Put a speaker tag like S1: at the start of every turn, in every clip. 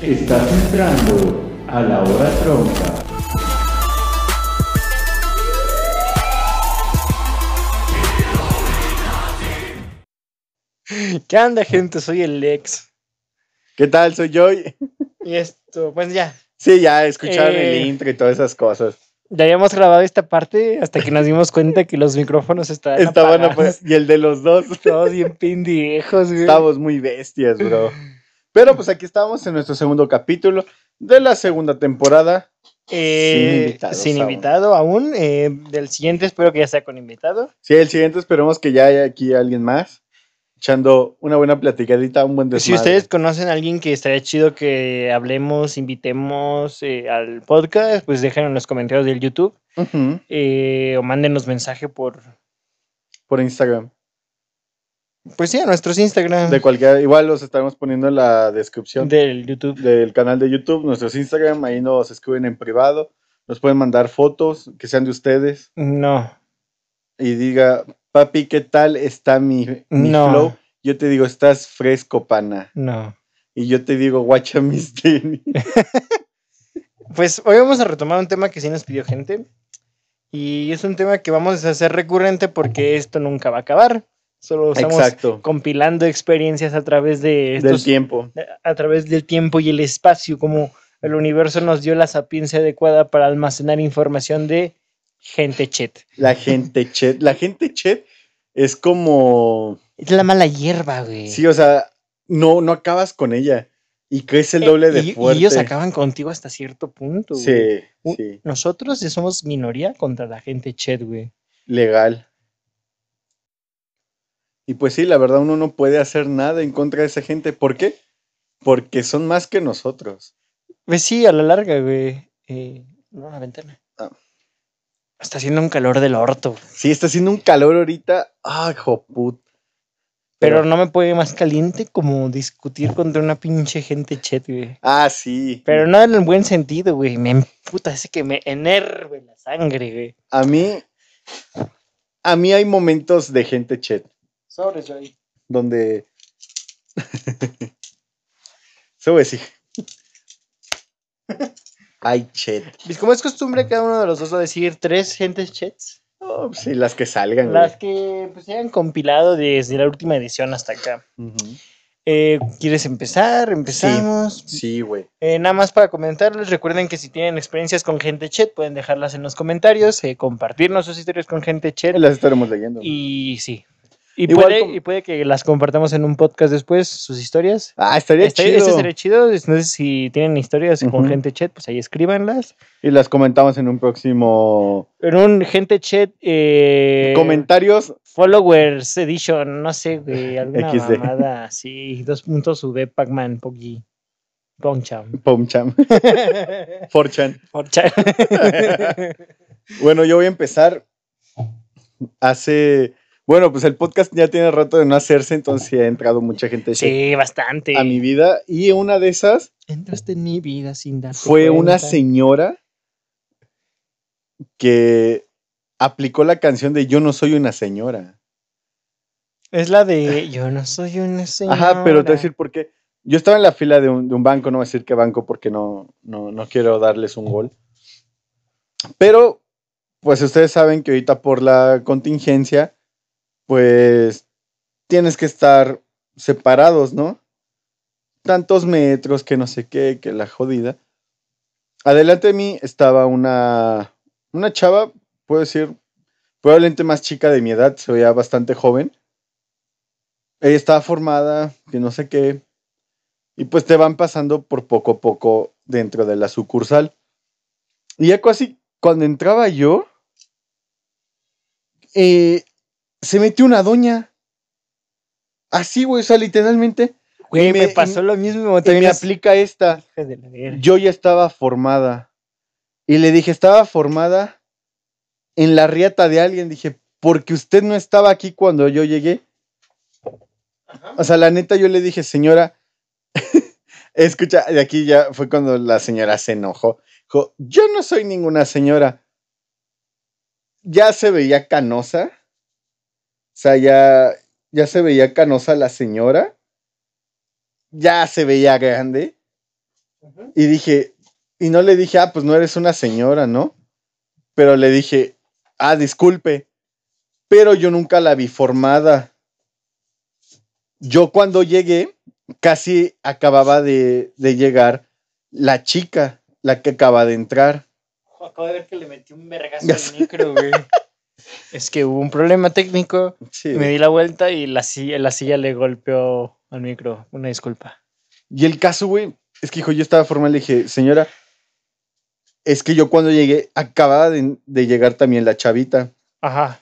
S1: Estás entrando a la hora tronca.
S2: ¿Qué onda, gente? Soy el Lex.
S3: ¿Qué tal? Soy Joy.
S2: Y esto, pues ya.
S3: Sí, ya escucharon
S2: Eh.
S3: el intro y todas esas cosas.
S2: Ya habíamos grabado esta parte hasta que nos dimos cuenta que los micrófonos estaban,
S3: Estaban
S2: apagados.
S3: apa- pues, y el de los dos.
S2: Todos bien pendejos, güey.
S3: Estamos muy bestias, bro. Pero pues aquí estamos en nuestro segundo capítulo de la segunda temporada.
S2: Eh,
S3: sin invitados
S2: sin
S3: aún.
S2: invitado aún. eh, del siguiente espero que ya sea con invitado.
S3: Sí, el siguiente esperemos que ya haya aquí alguien más echando una buena platicadita, un buen desmadre.
S2: Si ustedes conocen a alguien que estaría chido que hablemos, invitemos eh, al podcast, pues déjenlo en los comentarios del YouTube
S3: Ujú,
S2: eh, o mándenos mensaje por,
S3: por Instagram.
S2: pues sí, a nuestros Instagram
S3: De cualquier, igual los estaremos poniendo en la descripción
S2: del YouTube.
S3: del canal de YouTube, nuestros Instagram, ahí nos escriben en privado, nos pueden mandar fotos que sean de ustedes.
S2: No.
S3: y diga, papi, ¿qué tal está mi, mi
S2: No.
S3: flow? Yo te digo, estás fresco, pana.
S2: No.
S3: Y yo te digo, guacha mis tenis.
S2: Pues hoy vamos a retomar un tema que sí nos pidió gente. Y es un tema que vamos a hacer recurrente porque esto nunca va a acabar. Solo estamos
S3: Exacto.
S2: compilando experiencias a través de
S3: Del
S2: estos, eh.
S3: tiempo.
S2: a través del tiempo y el espacio, como el universo nos dio la sapiencia adecuada para almacenar información de gente chet.
S3: La gente chet. La gente chet es como.
S2: Es la mala hierba, güey.
S3: Sí, o sea, no, no acabas con ella. Y crece el
S2: Eh,
S3: doble de
S2: y, y
S3: fuerte.
S2: ellos acaban contigo hasta cierto punto. güey.
S3: Sí,
S2: Un-
S3: sí.
S2: Nosotros ya somos minoría contra la gente chet, güey.
S3: Legal. Y pues sí, la verdad, uno no puede hacer nada en contra de esa gente. ¿Por qué? Porque son más que nosotros.
S2: Pues sí, a la larga, güey. Eh, no, la ventana.
S3: Ah.
S2: Está haciendo un calor del orto.
S3: Sí, está haciendo un calor ahorita. Ah, joput.
S2: Pero, no me puede más caliente como discutir contra una pinche gente chet, güey.
S3: Ah, sí.
S2: Pero no en el buen sentido, güey. Me emputa, ese que me enerve la sangre, güey.
S3: A mí. A mí hay momentos de gente chet.
S2: Sobre, Joy.
S3: Donde. Sube, sí. Ay, chet.
S2: Pues como es costumbre, cada uno de los dos va a decir tres gentes chets.
S3: Oh, pues sí, las que salgan. güey.
S2: Las que pues, se han compilado desde la última edición hasta acá.
S3: Ujú.
S2: Eh, ¿Quieres empezar? Empezamos.
S3: Sí, güey.
S2: Eh, nada más para comentarles, recuerden que si tienen experiencias con gente chat, pueden dejarlas en los comentarios, eh, compartirnos sus historias con gente chat.
S3: Las estaremos leyendo.
S2: Y sí. Y
S3: Igual
S2: puede,
S3: como-
S2: y puede que las compartamos en un podcast después, sus historias.
S3: Ah, estaría
S2: Este-
S3: chido.
S2: este sería chido. Entonces, si tienen historias con
S3: Ujú.
S2: gente chat, pues ahí escríbanlas.
S3: Y las comentamos en un próximo.
S2: En un gente chat. eh,
S3: Comentarios.
S2: Followers Edition, no sé, güey, alguna
S3: XD.
S2: mamada así. Dos puntos UV, Pac-Man, Poggy, Poncham.
S3: Pomcham. Forchan.
S2: Porcha-
S3: Bueno, yo voy a empezar. Hace. Bueno, pues el podcast ya tiene rato de no hacerse, entonces ha entrado mucha gente
S2: Sí, bastante.
S3: a mi vida. Y una de esas
S2: Entraste en mi vida sin dar.
S3: fue una señora que aplicó la canción de Yo no soy una señora.
S2: Es la de Yo no soy una señora.
S3: Ajá, pero te voy a decir por qué. Yo estaba en la fila de un, de un banco, no voy a decir qué banco porque no, no, no quiero darles un gol. Pero, pues ustedes saben que ahorita por la contingencia, pues tienes que estar separados, ¿no? Tantos metros, que no sé qué, que la jodida. Adelante de mí estaba una, una chava, puedo decir, probablemente más chica de mi edad, se veía bastante joven ella estaba formada, que no sé qué. Y pues te van pasando por poco a poco dentro de la sucursal. Y ya casi cuando entraba yo, eh, se metió una doña. Así, güey, o sea, literalmente.
S2: Güey,
S3: y
S2: me
S3: me-
S2: pasó lo mismo.
S3: Y
S2: también
S3: me
S2: es-
S3: aplica esta
S2: hija de la verga.
S3: yo ya estaba formada. Y le dije, estaba formada en la riata de alguien. Dije, porque usted no estaba aquí cuando yo llegué. O sea, la neta, yo le dije, señora, escucha, de aquí ya fue cuando la señora se enojó. Dijo, yo no soy ninguna señora. Ya se veía canosa. O sea, ya, ya se veía canosa la señora. Ya se veía grande
S2: Ujú.
S3: Y dije, y no le dije, ah, pues no eres una señora, ¿no? Pero le dije, ah, disculpe, pero yo nunca la vi formada. Yo cuando llegué, casi acababa de, de llegar la chica, la que acaba de entrar.
S2: Acabo de ver que le metí un vergazo
S3: Ya
S2: al micro, güey. Es que hubo un problema técnico.
S3: Sí.
S2: Me di la vuelta y la silla, la silla le golpeó al micro. Una disculpa.
S3: Y el caso, güey, es que hijo, yo estaba formal, le dije, señora, es que yo cuando llegué, acababa de- de llegar también la chavita.
S2: Ajá.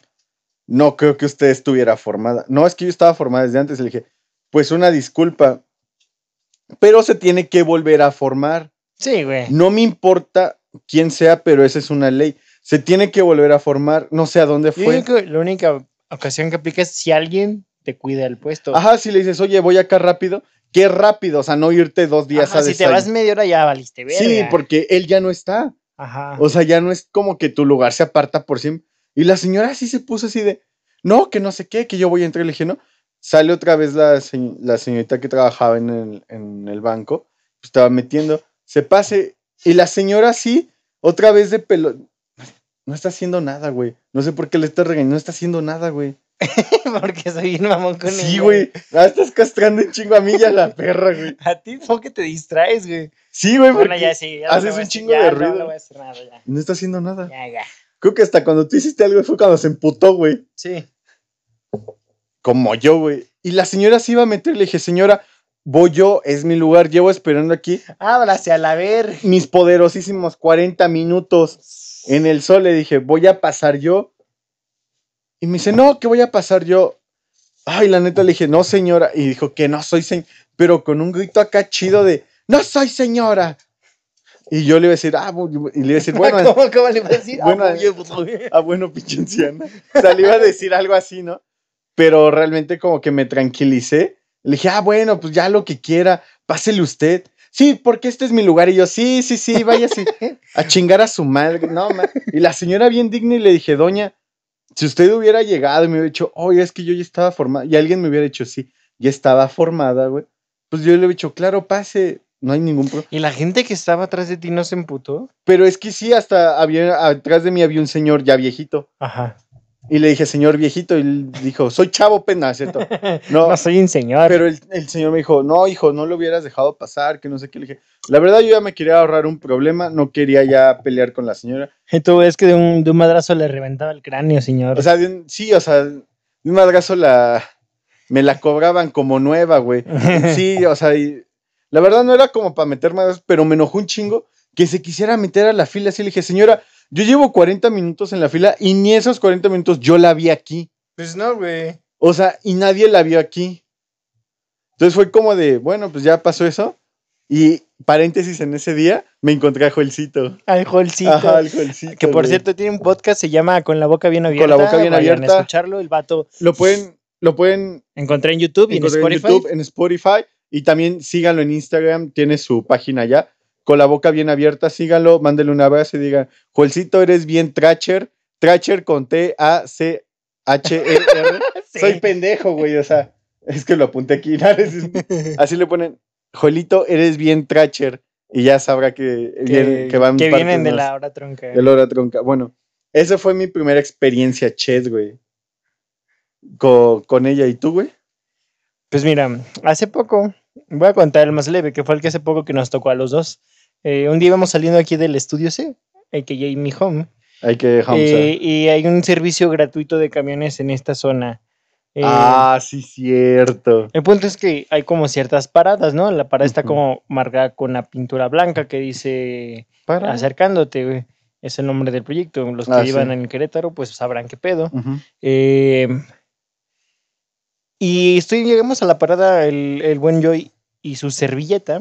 S3: No creo que usted estuviera formada. No, es que yo estaba formada desde antes. Le dije, pues una disculpa, pero se tiene que volver a formar.
S2: Sí, güey.
S3: No me importa quién sea, pero esa es una ley. Se tiene que volver a formar. No sé a dónde
S2: Yo
S3: fue.
S2: digo que la única ocasión que aplica es si alguien te cuida el puesto.
S3: Ajá, si le dices, oye, voy acá rápido. Qué rápido, o sea, no irte dos días
S2: Ajá,
S3: a
S2: si te
S3: desayunar.
S2: vas media hora ya valiste, verga.
S3: Sí, porque él ya no está.
S2: Ajá.
S3: O sea, ya no es como que tu lugar se aparta por siempre. Y la señora sí se puso así de, no, que no sé qué, que yo voy a entrar. Le dije, no. Sale otra vez la, se- la señorita que trabajaba en el, en el banco, pues, estaba metiendo, se pase. Y la señora sí, otra vez de pelo. No está haciendo nada, güey. No sé por qué le está regañando, no está haciendo nada, güey.
S2: porque soy bien mamón con
S3: Sí,
S2: ella.
S3: güey. Ah, estás castrando un chingo a mí y a la perra, güey.
S2: A ti fue que te distraes, güey.
S3: Sí, güey,
S2: Bueno, ya
S3: porque
S2: sí. ya no
S3: haces
S2: le voy a
S3: un
S2: hacer-
S3: chingo
S2: ya
S3: de
S2: no
S3: ruido.
S2: le voy a hacer nada, ya.
S3: no está haciendo nada.
S2: Ya, ya.
S3: Creo que hasta cuando tú hiciste algo fue cuando se emputó, güey.
S2: Sí.
S3: como yo, güey. Y la señora se iba a meter, le dije, señora, voy yo, es mi lugar, llevo esperando aquí
S2: Ábrase a la ver.
S3: mis poderosísimos 40 minutos
S2: Eh,
S3: en el sol. Le dije, voy a pasar yo. Y me dice, no, que voy a pasar yo. Ay, la neta, le dije, no, señora. Y dijo que no soy señora, pero con un grito acá chido de, no soy señora. Y yo le iba a decir, ah, bu- y le iba a decir, bueno,
S2: ¿Cómo, cómo le vas a decir?
S3: Bueno,
S2: Ah, oye, pues, oye.
S3: ah, bueno, pinche anciana. O sea, le iba a decir algo así, ¿no? Pero realmente como que me tranquilicé. Le dije, ah, bueno, pues ya lo que quiera, pásele usted. Sí, porque este es mi lugar. Y yo, sí, sí, sí, váyase a chingar a su madre. No, ma. Y la señora bien digna y le dije, doña, si usted hubiera llegado y me hubiera dicho, oye, es que yo ya estaba formada, y alguien me hubiera dicho, sí, ya estaba formada, güey. Pues yo le he dicho, claro, pase, no hay ningún problema.
S2: ¿Y la gente que estaba atrás de ti no se emputó?
S3: Pero es que sí, hasta había, atrás de mí había un señor ya viejito.
S2: Ajá.
S3: Y le dije, señor viejito, y él dijo, soy chavo pena, ¿cierto? No,
S2: No, soy un señor.
S3: pero el, el señor me dijo, no, hijo, no lo hubieras dejado pasar, que no sé qué. Le dije, la verdad, yo ya me quería ahorrar un problema, no quería ya pelear con la señora.
S2: Y Tú ves que de un, de un madrazo le reventaba el cráneo, señor.
S3: O sea, de un- sí, o sea, de un madrazo la, me la cobraban como nueva, güey. Sí, o sea, y la verdad no era como para meter madrazos, pero me enojó un chingo que se quisiera meter a la fila. Así le dije, señora, yo llevo 40 minutos en la fila y ni esos 40 minutos yo la vi aquí.
S2: pues no, güey.
S3: O sea, y nadie la vio aquí. Entonces fue como de, bueno, pues ya pasó eso. Y paréntesis, en ese día me encontré a Joelcito.
S2: Al Holcito.
S3: Ajá, al Joelcito,
S2: que por
S3: güey.
S2: cierto tiene un podcast, se llama Con la boca bien abierta.
S3: Con la boca bien
S2: Vayan
S3: abierta.
S2: a escucharlo, el vato.
S3: Lo pueden, lo pueden
S2: Encontré en YouTube y en
S3: encontrar en
S2: Spotify.
S3: YouTube, en Spotify. Y también síganlo en Instagram, tiene su página ya. Con la boca bien abierta, síganlo, mándenle un abrazo y digan, Joelcito, eres bien Tracher. Tracher con T-A-C-H-E-R.
S2: Sí.
S3: Soy pendejo, güey. O sea, es que lo apunté aquí. ¿no? Así le ponen, Jolito, eres bien tracher. Y ya sabrá que,
S2: que,
S3: vienen- que van
S2: que
S3: partes
S2: vienen de
S3: más
S2: la hora tronca.
S3: de la hora tronca. Bueno, esa fue mi primera experiencia, Chet, güey. Co- Con, ella y tú, güey.
S2: Pues mira, hace poco, voy a contar el más leve, que fue el que hace poco que nos tocó a los dos. Eh, un día íbamos saliendo aquí del estudio C, AKJ Mi Home,
S3: Hay que dejarnos.
S2: eh, y hay un servicio gratuito de camiones en esta zona. Eh,
S3: ah, sí, cierto.
S2: El punto es que hay como ciertas paradas, ¿no? La parada está
S3: Ujú.
S2: como marcada con una pintura blanca que dice
S3: Para.
S2: acercándote, güey. Es el nombre del proyecto. Los que
S3: Ah,
S2: vivan
S3: sí.
S2: en Querétaro, pues sabrán qué pedo.
S3: Ujú.
S2: Eh, y estoy, llegamos a la parada el, el buen Joy y su servilleta.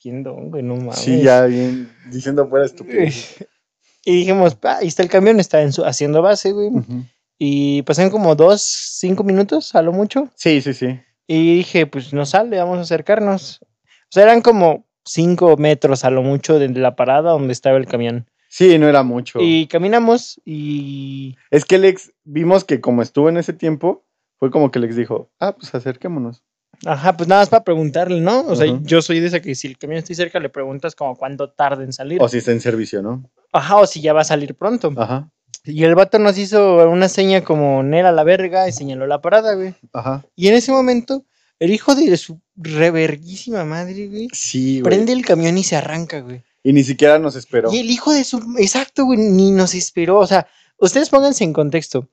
S2: ¿Quién don, güey? No mames.
S3: Sí, ya bien. Diciendo fuera estupidez.
S2: Y dijimos, "Ah, ahí está el camión, está en su- haciendo base, güey.
S3: Ujú.
S2: Y pasan como dos, cinco minutos a lo mucho.
S3: Sí, sí, sí.
S2: Y dije, pues no sale, vamos a acercarnos. O sea, eran como cinco metros a lo mucho de la parada donde estaba el camión.
S3: Sí, no era mucho.
S2: Y caminamos y
S3: Es que Lex, vimos que como estuvo en ese tiempo, fue como que Lex dijo, ah, pues acerquémonos.
S2: Ajá, pues nada más para preguntarle, ¿no? O sea,
S3: Ajá.
S2: yo soy de esa que si el camión está ahí cerca le preguntas como cuánto tarda en salir.
S3: O si Ah. está en servicio, ¿no?
S2: Ajá, o si ya va a salir pronto.
S3: Ajá,
S2: Y el vato nos hizo una seña como Nera la verga y señaló la parada, güey.
S3: ajá.
S2: Y en ese momento, el hijo de su reverguísima madre, güey,
S3: Sí, güey.
S2: prende el camión y se arranca, güey.
S3: Y ni siquiera nos esperó.
S2: Y el hijo de su. Exacto, güey, ni nos esperó. O sea, ustedes pónganse en contexto.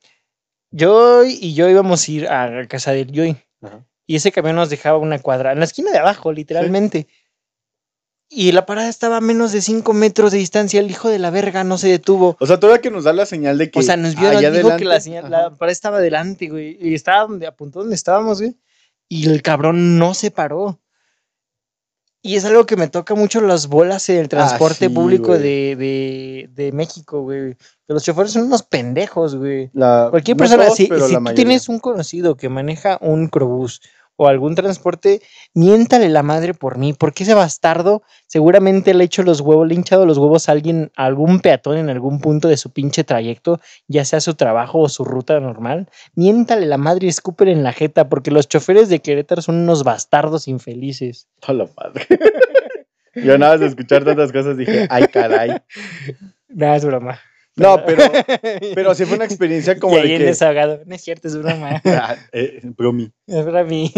S2: Yo y yo íbamos a ir a casa del Joy.
S3: Ajá.
S2: Y ese camión nos dejaba una cuadra, en la esquina de abajo, literalmente. Y la parada estaba a menos de 5 metros de distancia. El hijo de la verga no se detuvo.
S3: O sea, todavía que nos da la señal de que.
S2: O sea, nos vio, nos
S3: allá
S2: dijo
S3: adelante,
S2: que la, señal, la
S3: ajá.
S2: pared estaba adelante, güey. Y estaba donde apuntó donde estábamos, güey. Y el cabrón no se paró. Y es algo que me toca mucho las bolas en el transporte
S3: Ah, sí,
S2: público
S3: güey.
S2: de, de- de México, güey. Que los choferes son unos pendejos, güey.
S3: La-
S2: Cualquier
S3: no
S2: persona,
S3: todos,
S2: si,
S3: pero
S2: si
S3: la
S2: tú
S3: mayoría.
S2: tienes un conocido que maneja un crobús o algún transporte, miéntale la madre por mí, porque ese bastardo seguramente le ha hecho los huevos, le ha hinchado los huevos a alguien, a algún peatón en algún punto de su pinche trayecto, ya sea su trabajo o su ruta normal. Miéntale la madre y escúpele en la jeta, porque los choferes de Querétaro son unos bastardos infelices.
S3: A la madre. Yo nada más de escuchar tantas cosas dije, ay, caray.
S2: Nada, es broma.
S3: No, pero, pero sí fue una experiencia como
S2: Como
S3: de que.
S2: No es cierto, es broma.
S3: Ah, eh, bromi.
S2: es para mí.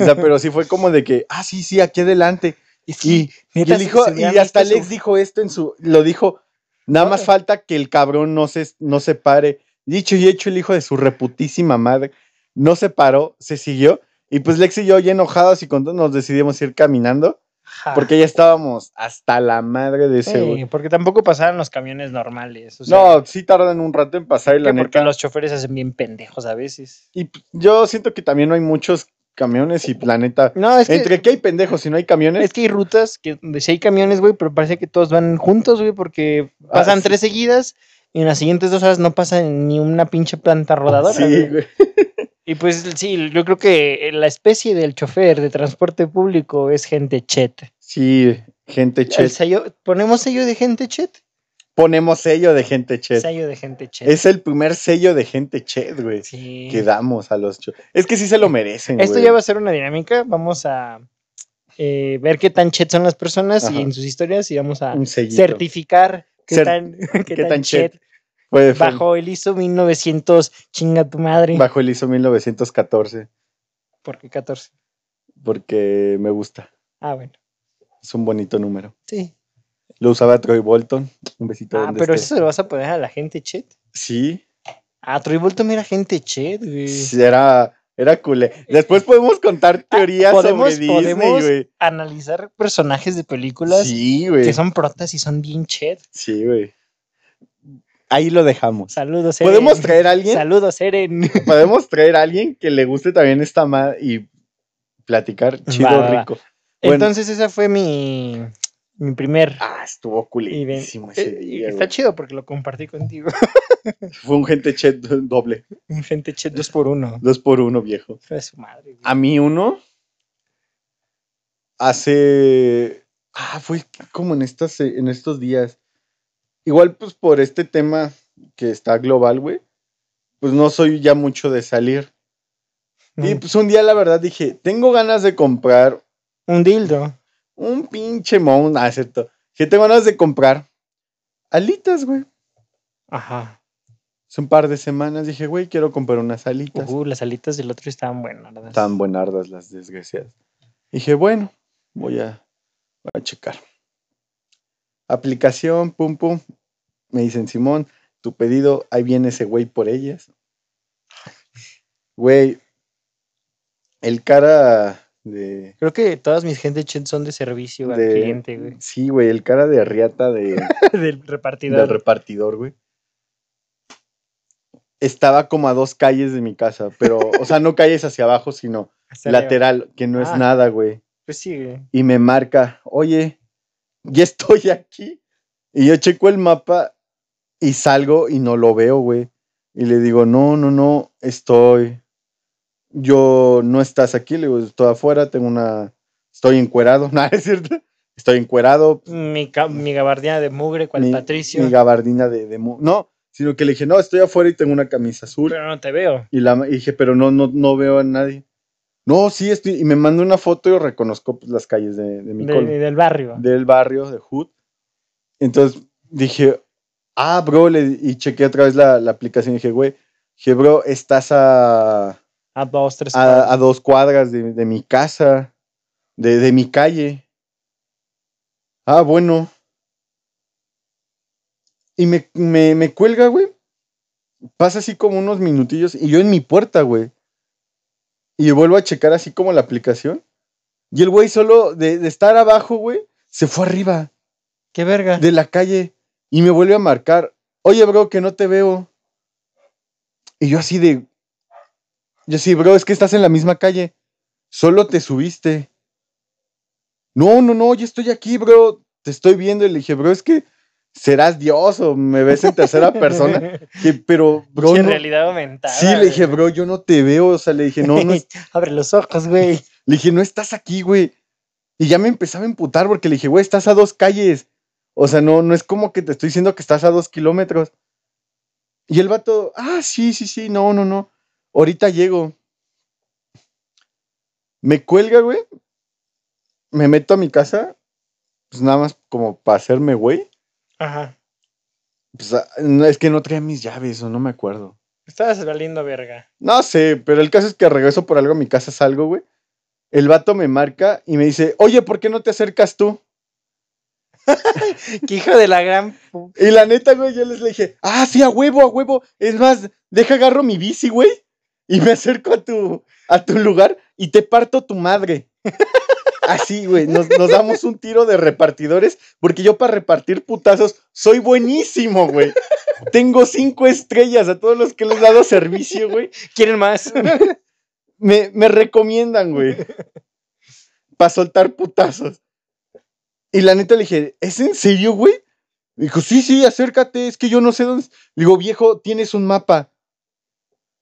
S3: O sea, pero sí fue como de que, ah, sí, sí, aquí adelante. Y, y,
S2: Neta,
S3: él dijo-
S2: se-
S3: y
S2: se hubiera visto
S3: hasta Alex
S2: este su-
S3: dijo esto en su. Lo dijo, nada más
S2: Órale.
S3: falta que el cabrón no se, no se pare. Dicho y hecho, el hijo de su reputísima madre no se paró, se siguió. Y pues Lex y yo, ya enojados y contentos, nos decidimos ir caminando
S2: Ajá.
S3: porque ya estábamos hasta la madre de ese.
S2: Ah. Sí,
S3: güey.
S2: porque tampoco pasaban los camiones normales. o sea,
S3: no, sí tardan un rato en pasar y la
S2: que porque
S3: neta.
S2: los choferes se hacen bien pendejos a veces.
S3: Y p- yo siento que también no hay muchos camiones y la neta.
S2: No, es que,
S3: Entre que hay pendejos y no hay camiones.
S2: es que hay rutas que donde sí hay camiones, güey, pero parece que todos van juntos, güey, porque
S3: Ah,
S2: pasan
S3: sí.
S2: tres seguidas y en las siguientes dos horas no pasa ni una pinche planta rodadora.
S3: Sí,
S2: güey.
S3: güey.
S2: Y pues sí, yo creo que la especie del chofer de transporte público es gente chet.
S3: Sí, gente
S2: El
S3: chet.
S2: sello- ¿Ponemos sello de gente chet?
S3: Ponemos sello de gente chet.
S2: Sello de gente chet.
S3: Es el primer sello de gente chet, güey.
S2: Sí.
S3: Que damos a los cho- Es que sí se lo merecen.
S2: Esto
S3: güey.
S2: ya va a ser una dinámica. Vamos a eh, ver qué tan chet son las personas y
S3: Ajá.
S2: en sus historias y vamos a
S3: un sellito.
S2: certificar qué
S3: Cer-
S2: tan, qué
S3: qué
S2: tan
S3: tan
S2: chet.
S3: chet. Fue- fue bajo.
S2: Bajo el ISO 1900, chinga tu madre.
S3: el ISO 1914.
S2: Porque 14.
S3: Porque me gusta.
S2: Ah, bueno.
S3: Es un bonito número.
S2: Sí.
S3: Lo usaba Troy Bolton. Un besito.
S2: Ah,
S3: donde
S2: pero
S3: esté.
S2: eso se lo vas a poner a la gente chet.
S3: Sí.
S2: Ah, Troy Bolton era gente chet, güey.
S3: Sí, Era, era culé. Después podemos contar teorías
S2: Ah, Podemos,
S3: sobre Disney,
S2: podemos
S3: güey.
S2: analizar personajes de películas
S3: Sí,
S2: que
S3: güey.
S2: son protas y son bien chet.
S3: Sí, güey. Ahí lo dejamos.
S2: Saludos, Eren.
S3: ¿Podemos traer a alguien?
S2: Saludos, Eren.
S3: Podemos traer a alguien que le guste también esta madre y platicar chido
S2: Va, va, va.
S3: rico. Bueno.
S2: Entonces, esa fue mi, mi primer
S3: Ah, estuvo
S2: Y ven-
S3: culísimo
S2: eh,
S3: ese
S2: y
S3: día,
S2: está
S3: güey.
S2: chido porque lo compartí contigo.
S3: Fue un gente chat doble.
S2: Un gente chat dos por uno.
S3: Dos por uno, viejo.
S2: Hijo de su madre. güey.
S3: A mí uno hace... Ah, fue como en, estas, eh, en estos días. Igual pues por este tema que está global, güey. Pues no soy ya mucho de salir.
S2: No,
S3: Y pues un día la verdad dije, tengo ganas de comprar
S2: Un dildo.
S3: un pinche mon. Ah, es cierto. Que tengo ganas de comprar alitas, güey.
S2: Ajá.
S3: Hace un par de semanas dije, güey, quiero comprar unas alitas.
S2: Uh, las alitas del otro estaban buenas. ¿verdad?
S3: Tan buenardas las desgraciadas. Dije, bueno, voy a, voy a checar. Aplicación, pum, pum. Me dicen, Simón, tu pedido, ahí viene ese güey por ellas. Güey, el cara de...
S2: Creo que todas mis gente chat son de servicio al
S3: de-
S2: cliente, güey.
S3: Sí, güey, el cara de Arriata de,
S2: del
S3: del
S2: repartidor.
S3: repartidor, güey. Estaba como a dos calles de mi casa, pero, o sea, no calles hacia abajo, sino
S2: Hasta arriba.
S3: lateral, que no
S2: Ah.
S3: es nada, güey.
S2: Pues sí, güey.
S3: Y me marca, oye, ya estoy aquí. Y yo checo el mapa y salgo y no lo veo, güey. Y le digo, no, no, no, estoy. Yo no estás aquí, le digo, estoy afuera, tengo una. Estoy encuerado, nada, es cierto. Estoy encuerado,
S2: Mi, ca- mi gabardina de mugre, cual
S3: Mi-
S2: Patricio.
S3: mi gabardina de, de mu- No, sino que le dije, no, estoy afuera y tengo una camisa azul.
S2: Pero no te veo.
S3: Y, la, y dije, pero no, no, no veo a nadie. No, sí, estoy. Y me mandó una foto y reconozco pues, las calles de, de mi
S2: de-
S3: colonia.
S2: del barrio.
S3: del barrio de Hood. Entonces dije, ah, bro, le- y chequeé otra vez la, la aplicación y dije, güey, dije, bro, estás a, a-
S2: a dos, tres. cuadras.
S3: a dos cuadras de, de mi casa, de, de mi calle. Ah, bueno. Y me, me, me cuelga, güey. Pasa así como unos minutillos y yo en mi puerta, güey. Y vuelvo a checar así como la aplicación. Y el güey solo de, de estar abajo, güey, se fue arriba
S2: ¿Qué verga?
S3: de la calle y me vuelve a marcar, oye, bro, que no te veo. Y yo así de, yo así, bro, es que estás en la misma calle, solo te subiste. No, no, no, yo estoy aquí, bro, te estoy viendo. Y le dije, bro, es que serás Dios o me ves en tercera persona. Que, pero, bro,
S2: Sí, en
S3: no-
S2: realidad aumentada.
S3: sí, le dije,
S2: güey.
S3: bro, yo no te veo. O sea, le dije, no, no, es-
S2: Abre los ojos, güey.
S3: le dije, no estás aquí, güey. Y ya me empezaba a emputar porque le dije, güey, estás a dos calles. O sea, no, no es como que te estoy diciendo que estás a dos kilómetros. Y el vato, ah, sí, sí, sí, no, no, no. Ahorita llego. Me cuelga, güey. Me meto a mi casa. Pues nada más como para hacerme, güey.
S2: Ajá.
S3: Pues, ah, no, es que no traía mis llaves o no me acuerdo.
S2: Estabas valiendo verga.
S3: No sé, pero el caso es que regreso por algo a mi casa, salgo, güey. El vato me marca y me dice, oye, ¿por qué no te acercas tú?
S2: Qué hijo de la gran. pu-
S3: Y la neta, güey, yo les dije, ah, sí, a huevo, a huevo. Es más, deja agarro mi bici, güey, y me acerco a tu, a tu lugar y te parto tu madre. Así, güey, nos, nos damos un tiro de repartidores, porque yo para repartir putazos soy buenísimo, güey. Tengo cinco estrellas a todos los que les he dado servicio, güey.
S2: ¿Quieren más?
S3: me, me recomiendan, güey. para soltar putazos. Y la neta le dije, ¿es en serio, güey? Dijo, sí, sí, acércate, es que yo no sé dónde. es". Le digo, viejo, tienes un mapa.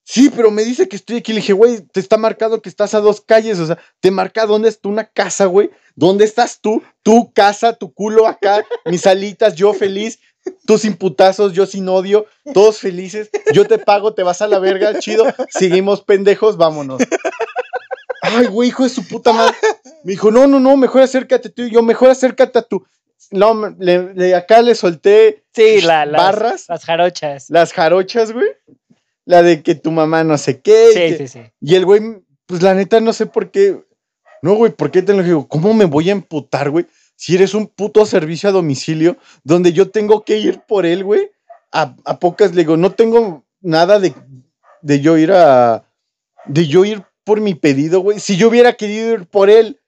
S3: Sí, pero me dice que estoy aquí. Le dije, güey, te está marcado que estás a dos calles. O sea, te marca dónde es tú una casa, güey. ¿Dónde estás tú? Tu casa, tu culo acá, mis alitas, yo feliz, tú sin putazos, yo sin odio, todos felices. Yo te pago, te vas a la verga, chido. Seguimos pendejos, vámonos. Ay, güey, hijo de su puta madre. Me dijo, no, no, no, mejor acércate tú. Y yo, mejor acércate a tu. No, me- le- le- acá le solté
S2: Sí, la, las,
S3: Barras.
S2: Las jarochas.
S3: las jarochas, güey. La de que tu mamá no sé qué. y
S2: Sí,
S3: que-
S2: sí, sí.
S3: Y el güey, pues la neta, no sé por qué. No, güey, ¿por qué te lo digo? ¿Cómo me voy a emputar, güey? Si eres un puto servicio a domicilio donde yo tengo que ir por él, güey. A, a pocas le digo, no tengo nada de, de yo ir a. De yo ir por mi pedido, güey. Si yo hubiera querido ir por él,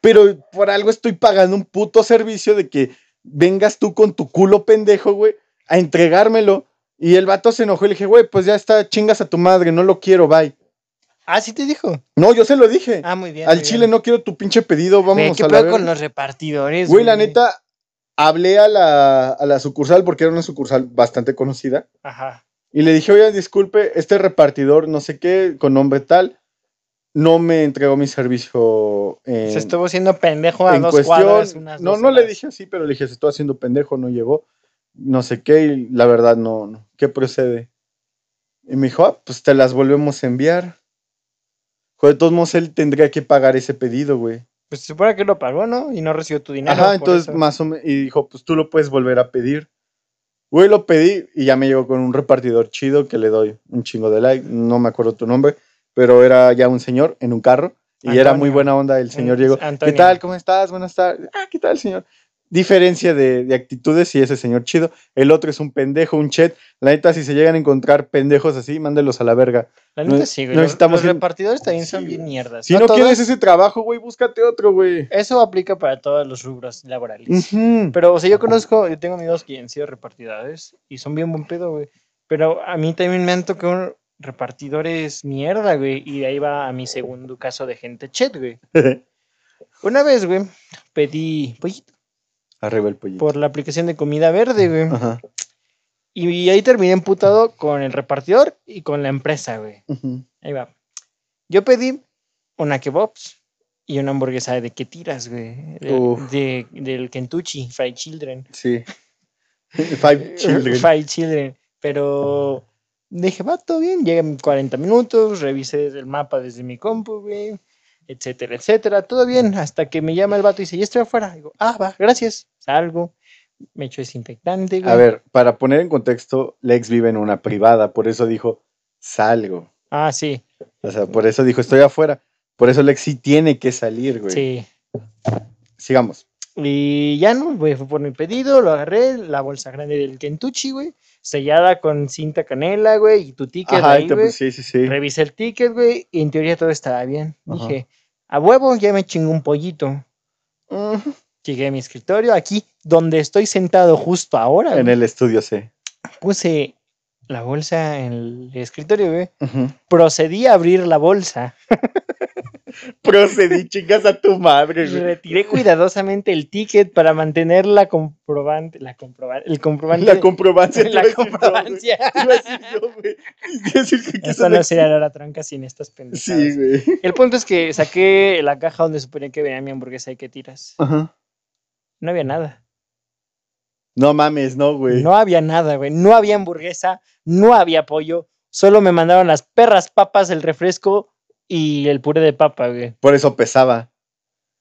S3: pero por algo estoy pagando un puto servicio de que vengas tú con tu culo pendejo, güey, a entregármelo. Y el vato se enojó y le dije, güey, pues ya está, chingas a tu madre, no lo quiero, bye.
S2: Ah, sí te dijo.
S3: No, yo se lo dije.
S2: Ah, muy bien.
S3: Al chile no quiero tu pinche pedido, vamos
S2: Vamos ¿Qué
S3: a la
S2: pedo con
S3: verga.
S2: los repartidores?
S3: Güey, la neta, hablé a la, a la sucursal porque era una sucursal bastante conocida.
S2: Ajá.
S3: Y le dije, oye, disculpe, este repartidor, no sé qué, con nombre tal, no me entregó mi servicio. En,
S2: Se estuvo siendo pendejo a
S3: eh, en
S2: dos
S3: cuestión.
S2: cuadras. Unas
S3: no,
S2: dos
S3: no le
S2: horas.
S3: dije así, pero le dije, se está haciendo pendejo, no llegó. No sé qué, y la verdad, no, no. ¿Qué procede? Y me dijo, ah, pues te las volvemos a enviar. Joder, de todos modos, él tendría que pagar ese pedido, güey.
S2: Pues se supone que lo pagó, ¿no? Y no recibió tu dinero.
S3: Ajá,
S2: por
S3: entonces
S2: eso.
S3: más o menos. Y dijo, pues tú lo puedes volver a pedir. Güey, lo pedí y ya me llegó con un repartidor chido que le doy un chingo de like. No me acuerdo tu nombre, pero era ya un señor en un carro y era muy
S2: Antonio.
S3: buena onda. El señor
S2: Mm,
S3: llegó,
S2: Antonio.
S3: ¿qué tal? ¿Cómo estás? Buenas tardes. Ah, ¿qué tal, señor? Diferencia de, de actitudes y ese señor chido. El otro es un pendejo, un chet. La neta, si se llegan a encontrar pendejos así, mándelos a la verga.
S2: La
S3: no-
S2: neta sí, güey.
S3: no
S2: los-
S3: estamos
S2: los
S3: en-
S2: repartidores también
S3: Sí,
S2: son
S3: güey.
S2: bien mierdas.
S3: Si
S2: No
S3: no
S2: todos,
S3: quieres ese trabajo, güey, búscate otro, güey.
S2: Eso aplica para todos los rubros laborales.
S3: Ujú.
S2: Pero, o sea, yo conozco, yo tengo amigos que han sido repartidores y son bien buen pedo, güey. Pero a mí también me han tocado repartidores mierda, güey. Y de ahí va a mi segundo caso de gente chet, güey. Una vez, güey, pedí pollito
S3: Arriba el pollito.
S2: por la aplicación de comida verde, güey.
S3: Ajá.
S2: Y ahí terminé emputado con el repartidor y con la empresa, güey.
S3: Ujú.
S2: Ahí va. Yo pedí una kebabs y una hamburguesa de que tiras, güey. De-
S3: Uf.
S2: de- del Kentucky, Fried Children.
S3: Sí. Five Children.
S2: Five Children. Pero dije, va, todo bien. Llegué en 40 minutos, revisé desde el mapa desde mi compu, güey. etcétera, etcétera. Todo bien, hasta que me llama el vato y dice, ya estoy afuera. Digo, ah, va, gracias. Salgo, me echo desinfectante. güey.
S3: A ver, para poner en contexto, Lex vive en una privada, por eso dijo, salgo.
S2: Ah, sí,
S3: O sea, por eso dijo, estoy afuera. Por eso Lex sí tiene que salir, güey.
S2: sí.
S3: Sigamos.
S2: Y ya no, güey, fue por mi pedido, lo agarré, la bolsa grande del Kentucky, güey, sellada con cinta canela, güey, y tu ticket
S3: Ajá,
S2: ahí,
S3: te-
S2: güey.
S3: sí, sí, sí.
S2: Revisé el ticket, güey, y en teoría todo estaba bien.
S3: Ajá.
S2: Dije, a huevo, ya me chingó un pollito.
S3: Ujú.
S2: Llegué a mi escritorio, aquí, donde estoy sentado justo ahora,
S3: En
S2: güey,
S3: el estudio C.
S2: puse la bolsa en el escritorio, güey.
S3: Ujú.
S2: Procedí a abrir la bolsa.
S3: Procedí, chingas a tu madre, güey.
S2: Retiré cuidadosamente el ticket para mantener la comprobante, la comprobante, el comprobante,
S3: La comprobancia. te iba a
S2: la
S3: decir
S2: comprobancia.
S3: yo, güey. Te iba a decir yo, güey. Te iba a decir que- que
S2: Esta no
S3: son-
S2: sería la hora tranca sin estas pendejadas.
S3: Sí, güey.
S2: El punto es que saqué la caja donde suponía que venía mi hamburguesa y que tiras.
S3: Ajá.
S2: No había nada.
S3: No mames, no, güey.
S2: No había nada, güey. No había hamburguesa, no había pollo. Solo me mandaron las perras papas, el refresco y el puré de papa, güey.
S3: Por eso pesaba.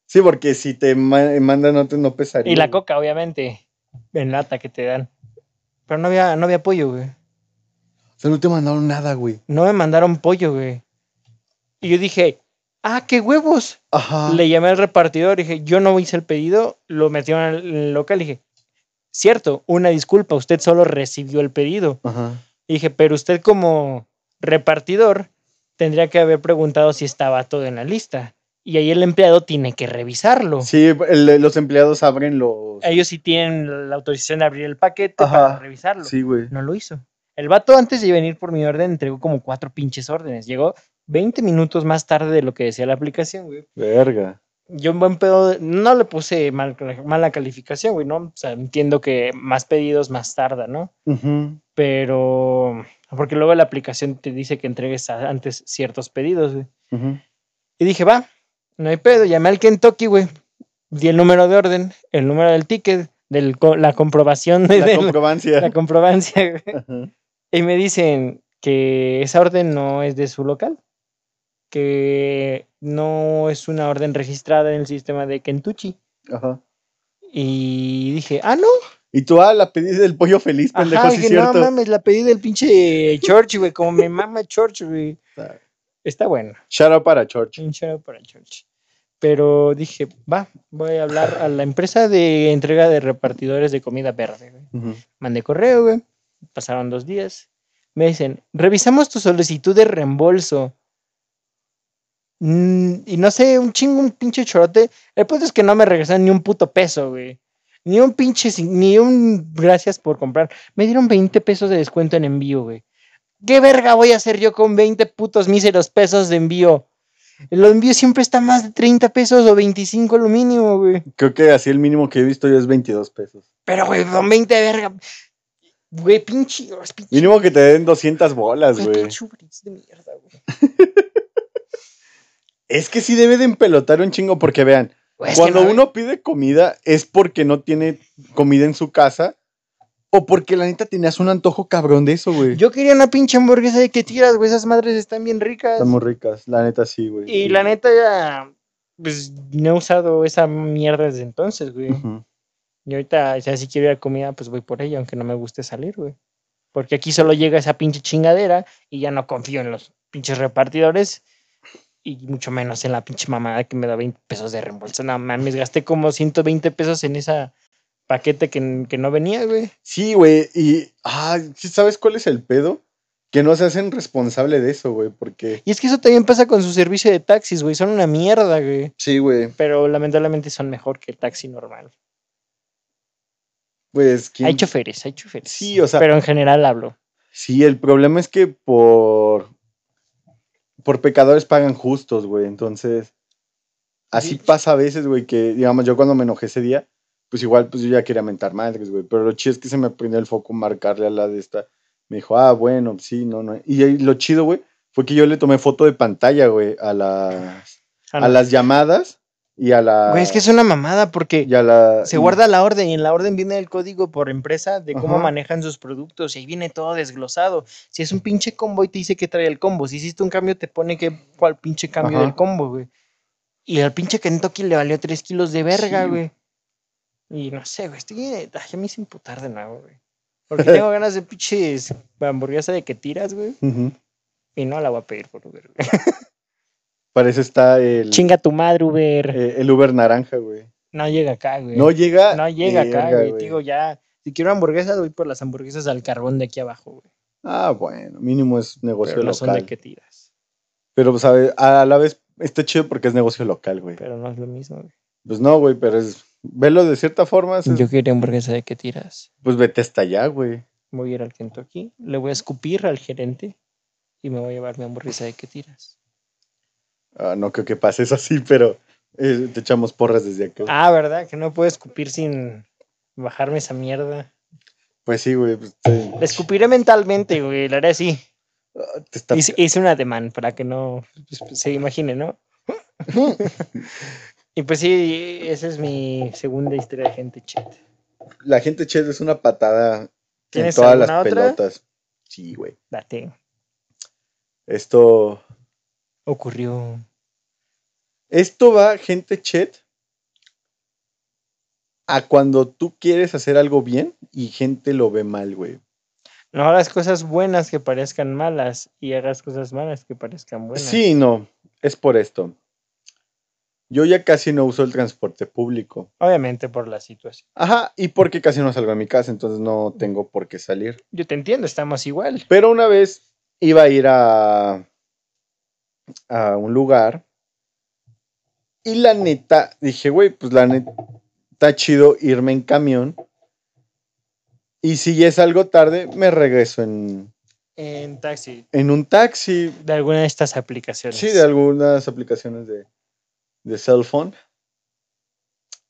S3: Sí, porque si te ma- mandan, no, te- no pesaría.
S2: Y la
S3: güey.
S2: coca, obviamente. En lata que te dan. Pero no había, no había pollo, güey.
S3: O sea, no te mandaron nada, güey.
S2: No me mandaron pollo, güey. Y yo dije, ah, qué huevos.
S3: Ajá.
S2: Le llamé al repartidor, dije, yo no hice el pedido, lo metieron al- en el local, dije, cierto, una disculpa, usted solo recibió el pedido.
S3: Ajá.
S2: Dije, pero usted como repartidor tendría que haber preguntado si estaba todo en la lista. Y ahí el empleado tiene que revisarlo.
S3: Sí, el- los empleados abren los.
S2: Ellos sí tienen la autorización de abrir el paquete
S3: Ajá,
S2: para revisarlo.
S3: Sí, güey.
S2: No lo hizo. El vato antes de venir por mi orden entregó como cuatro pinches órdenes. Llegó 20 minutos más tarde de lo que decía la aplicación, güey.
S3: Verga.
S2: Yo en buen pedo, no le puse mal- mala calificación, güey, ¿no? O sea, entiendo que más pedidos más tarda, ¿no?
S3: Ujú.
S2: Pero, porque luego la aplicación te dice que entregues a- antes ciertos pedidos, güey.
S3: Ujú.
S2: Y dije, va, no hay pedo, llamé al Kentucky, güey. Di el número de orden, el número del ticket, del, co- la comprobación de
S3: La
S2: de-
S3: comprobancia.
S2: la comprobancia, güey.
S3: Ajá.
S2: Y me dicen que esa orden no es de su local, que no es una orden registrada en el sistema de Kentucky.
S3: Ajá.
S2: Y dije, ah, no,
S3: Y tú, ah, la pedí del pollo feliz, pendejo,
S2: ajá,
S3: sí,
S2: dije, no
S3: cierto.
S2: mames, la pedí del pinche Church, güey, como me mama Church, güey.
S3: Ah.
S2: Está bueno,
S3: Shout out para George.
S2: un shout out para Church. Pero dije, va, voy a hablar a la empresa de entrega de repartidores de comida verde, güey.
S3: Ujú.
S2: Mandé correo, güey. Pasaron dos días. Me dicen, revisamos tu solicitud de reembolso. Mm, y no sé, un chingo, un pinche chorote. El punto es que no me regresaron ni un puto peso, güey. Ni un pinche, sin- ni un gracias por comprar. Me dieron 20 pesos de descuento en envío, güey. ¿Qué verga voy a hacer yo con 20 putos míseros pesos de envío? El envío siempre está más de 30 pesos o 25 lo mínimo, güey.
S3: Creo que así el mínimo que he visto yo es 22 pesos.
S2: Pero, güey, son 20 de verga. Güey, pinche, pinche
S3: Mínimo que te den 200 bolas,
S2: Güey,
S3: güey.
S2: pinche Uber Eats de mierda, güey.
S3: Es que sí debe de empelotar un chingo porque vean,
S2: Güey, es que
S3: Cuando
S2: no-
S3: uno pide comida es porque no tiene comida en su casa o porque la neta tenías un antojo cabrón de eso, güey.
S2: Yo quería una pinche hamburguesa de que tiras, güey. Esas madres están bien ricas.
S3: Están muy ricas, la neta sí, güey.
S2: Y la neta ya. Pues no he usado esa mierda desde entonces, güey.
S3: Ujú.
S2: Y ahorita, ya si quiero ir a comida, pues voy por ella, aunque no me guste salir, güey. Porque aquí solo llega esa pinche chingadera y ya no confío en los pinches repartidores y mucho menos en la pinche mamada que me da 20 pesos de reembolso. No mames, gasté como 120 pesos en esa paquete que, que no venía, güey.
S3: Sí, güey. Y, ah, ¿sí ¿sabes cuál es el pedo? Que no se hacen responsable de eso, güey, porque...
S2: Y es que eso también pasa con su servicio de taxis, güey. Son una mierda, güey.
S3: Sí, güey.
S2: Pero lamentablemente son mejor que el taxi normal.
S3: Pues, ¿quién-
S2: Hay choferes, hay choferes.
S3: Sí, o sea-
S2: Pero en general hablo.
S3: Sí, el problema es que por... Por pecadores pagan justos, güey. Entonces, así
S2: Sí.
S3: pasa a veces, güey, que, digamos, yo cuando me enojé ese día, pues igual, pues yo ya quería mentar madres, güey. Pero lo chido es que se me prendió el foco marcarle a la de esta. Me dijo, ah, bueno, sí, no, no. Y ahí lo chido, güey, fue que yo le tomé foto de pantalla, güey, a las,
S2: Ah,
S3: a
S2: no.
S3: las llamadas y a la...
S2: Güey, es que es una mamada porque
S3: y a la-
S2: se
S3: y-
S2: guarda la orden y en la orden viene el código por empresa de cómo
S3: Ajá.
S2: manejan sus productos y ahí viene todo desglosado. Si es un pinche combo y te dice que trae el combo, si hiciste un cambio te pone que cuál pinche cambio
S3: Ajá.
S2: del combo, güey. Y al pinche Kentucky le valió 3 kilos de verga,
S3: Sí.
S2: güey. Y no sé, güey. Estoy. ay, ya me hice imputar de nuevo, güey. Porque tengo ganas de pinches hamburguesa de que tiras, güey.
S3: Ujú.
S2: Y no la voy a pedir por Uber, güey.
S3: Para eso está el,
S2: Chinga tu madre, Uber.
S3: eh, el Uber naranja, güey.
S2: No llega acá, güey.
S3: No llega.
S2: No llega acá,
S3: verga,
S2: güey. Digo, ya. Si quiero hamburguesas, voy por las hamburguesas al carbón de aquí abajo, güey.
S3: Ah, bueno, mínimo es negocio
S2: Pero no son de
S3: Pues local.
S2: que tiras.
S3: Pero, ¿sabes? A la vez está chido porque es negocio local, güey.
S2: Pero no es lo mismo, güey.
S3: Pues no, güey, pero es. Velo de cierta forma, es-
S2: Yo quiero hamburguesa de que tiras.
S3: pues vete hasta allá, güey.
S2: Voy a ir al Kentucky, le voy a escupir al gerente y me voy a llevar mi hamburguesa de que tiras.
S3: Ah, no creo que pases así, pero eh, te echamos porras desde acá.
S2: Ah, ¿verdad? Que no puedo escupir sin bajarme esa mierda.
S3: Pues sí, güey. pues, te,
S2: La escupiré mentalmente, güey, la haré así.
S3: ah, te está-
S2: Hice, hice un ademán para que no pues, se imagine, ¿no? y pues sí, esa es mi segunda historia de gente chat.
S3: La gente chévere es una patada en
S2: ¿Tienes
S3: todas las
S2: alguna otra?
S3: pelotas. Sí, güey.
S2: Date,
S3: Esto.
S2: ocurrió.
S3: Esto va, gente chet, a cuando tú quieres hacer algo bien y gente lo ve mal, güey.
S2: No hagas cosas buenas que parezcan malas y hagas cosas malas que parezcan buenas.
S3: Sí y no, es por esto. Yo ya casi no uso el transporte público.
S2: Obviamente por la situación.
S3: Ajá, y porque casi no salgo de mi casa, entonces no tengo por qué salir.
S2: Yo te entiendo, estamos igual.
S3: Pero una vez iba a ir a, a un lugar y la neta, dije, güey, pues la neta, está chido irme en camión. Y si ya es algo tarde, me regreso en,
S2: En taxi,
S3: en un taxi.
S2: de alguna de estas aplicaciones.
S3: Sí, de algunas aplicaciones de, de cell phone.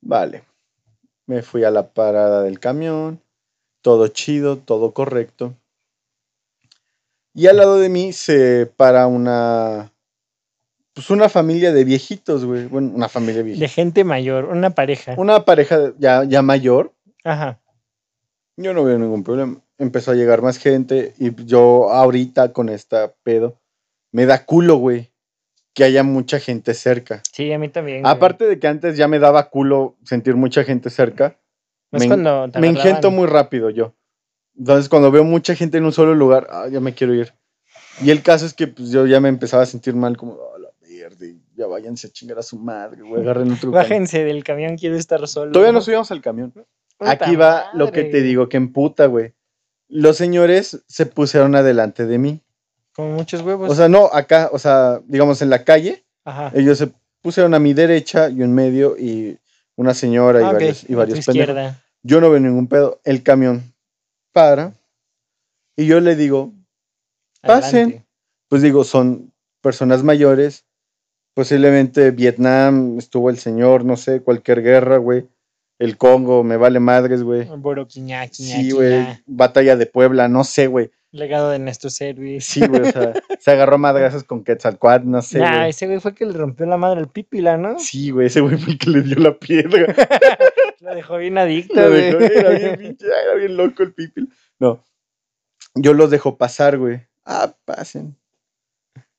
S3: Vale. Me fui a la parada del camión. Todo chido, todo correcto. Y al lado de mí se para una. Pues una familia de viejitos, güey. Bueno, una familia
S2: De
S3: viejita.
S2: gente mayor, una pareja.
S3: Una pareja de- ya, ya mayor.
S2: Ajá.
S3: Yo no veo ningún problema. Empezó a llegar más gente y yo ahorita con esta pedo me da culo, güey, que haya mucha gente cerca.
S2: Sí, a mí también. güey.
S3: Aparte de que antes ya me daba culo sentir mucha gente cerca,
S2: No es
S3: me en-
S2: cuando te
S3: me
S2: agarraban.
S3: engento muy rápido yo. Entonces cuando veo mucha gente en un solo lugar, ah, ya me quiero ir. Y el caso es que pues, yo ya me empezaba a sentir mal como, "Ah, la verde, ya váyanse a chingar a su madre, güey, agarren otro camión".
S2: Bájense del camión, quiero estar solo.
S3: Todavía no subíamos al camión.
S2: Puta
S3: Aquí va lo que te
S2: madre.
S3: digo, que emputa, güey. Los señores se pusieron adelante de mí.
S2: Con muchos huevos.
S3: O sea, no, acá, o sea, digamos en la calle,
S2: Ajá.
S3: ellos se pusieron a mi derecha y en medio y una señora y
S2: Ah, ok,
S3: varios, y
S2: a
S3: varios
S2: tu
S3: pendejos.
S2: izquierda.
S3: Yo no veo ningún pedo. El camión para y yo le digo, Pasen.
S2: adelante.
S3: pues digo, son personas mayores. Posiblemente Vietnam estuvo el señor, no sé, cualquier guerra, güey. El Congo, me vale madres, güey.
S2: Boroquiña, quiña,
S3: Sí,
S2: quiña.
S3: güey. Batalla de Puebla, no sé, güey.
S2: Legado de nuestro service.
S3: Sí, güey, o sea, se agarró a madrazos con Quetzalcoatl, no sé,
S2: nah,
S3: güey.
S2: Ah, ese güey fue el que le rompió la madre al pípila, ¿no?
S3: Sí, güey, ese güey fue el que le dio la piedra.
S2: La dejó bien adicta,
S3: Lo dejó,
S2: güey.
S3: era, bien, pinche- era bien loco el pipil. No, yo los dejo pasar, güey. Ah, pasen.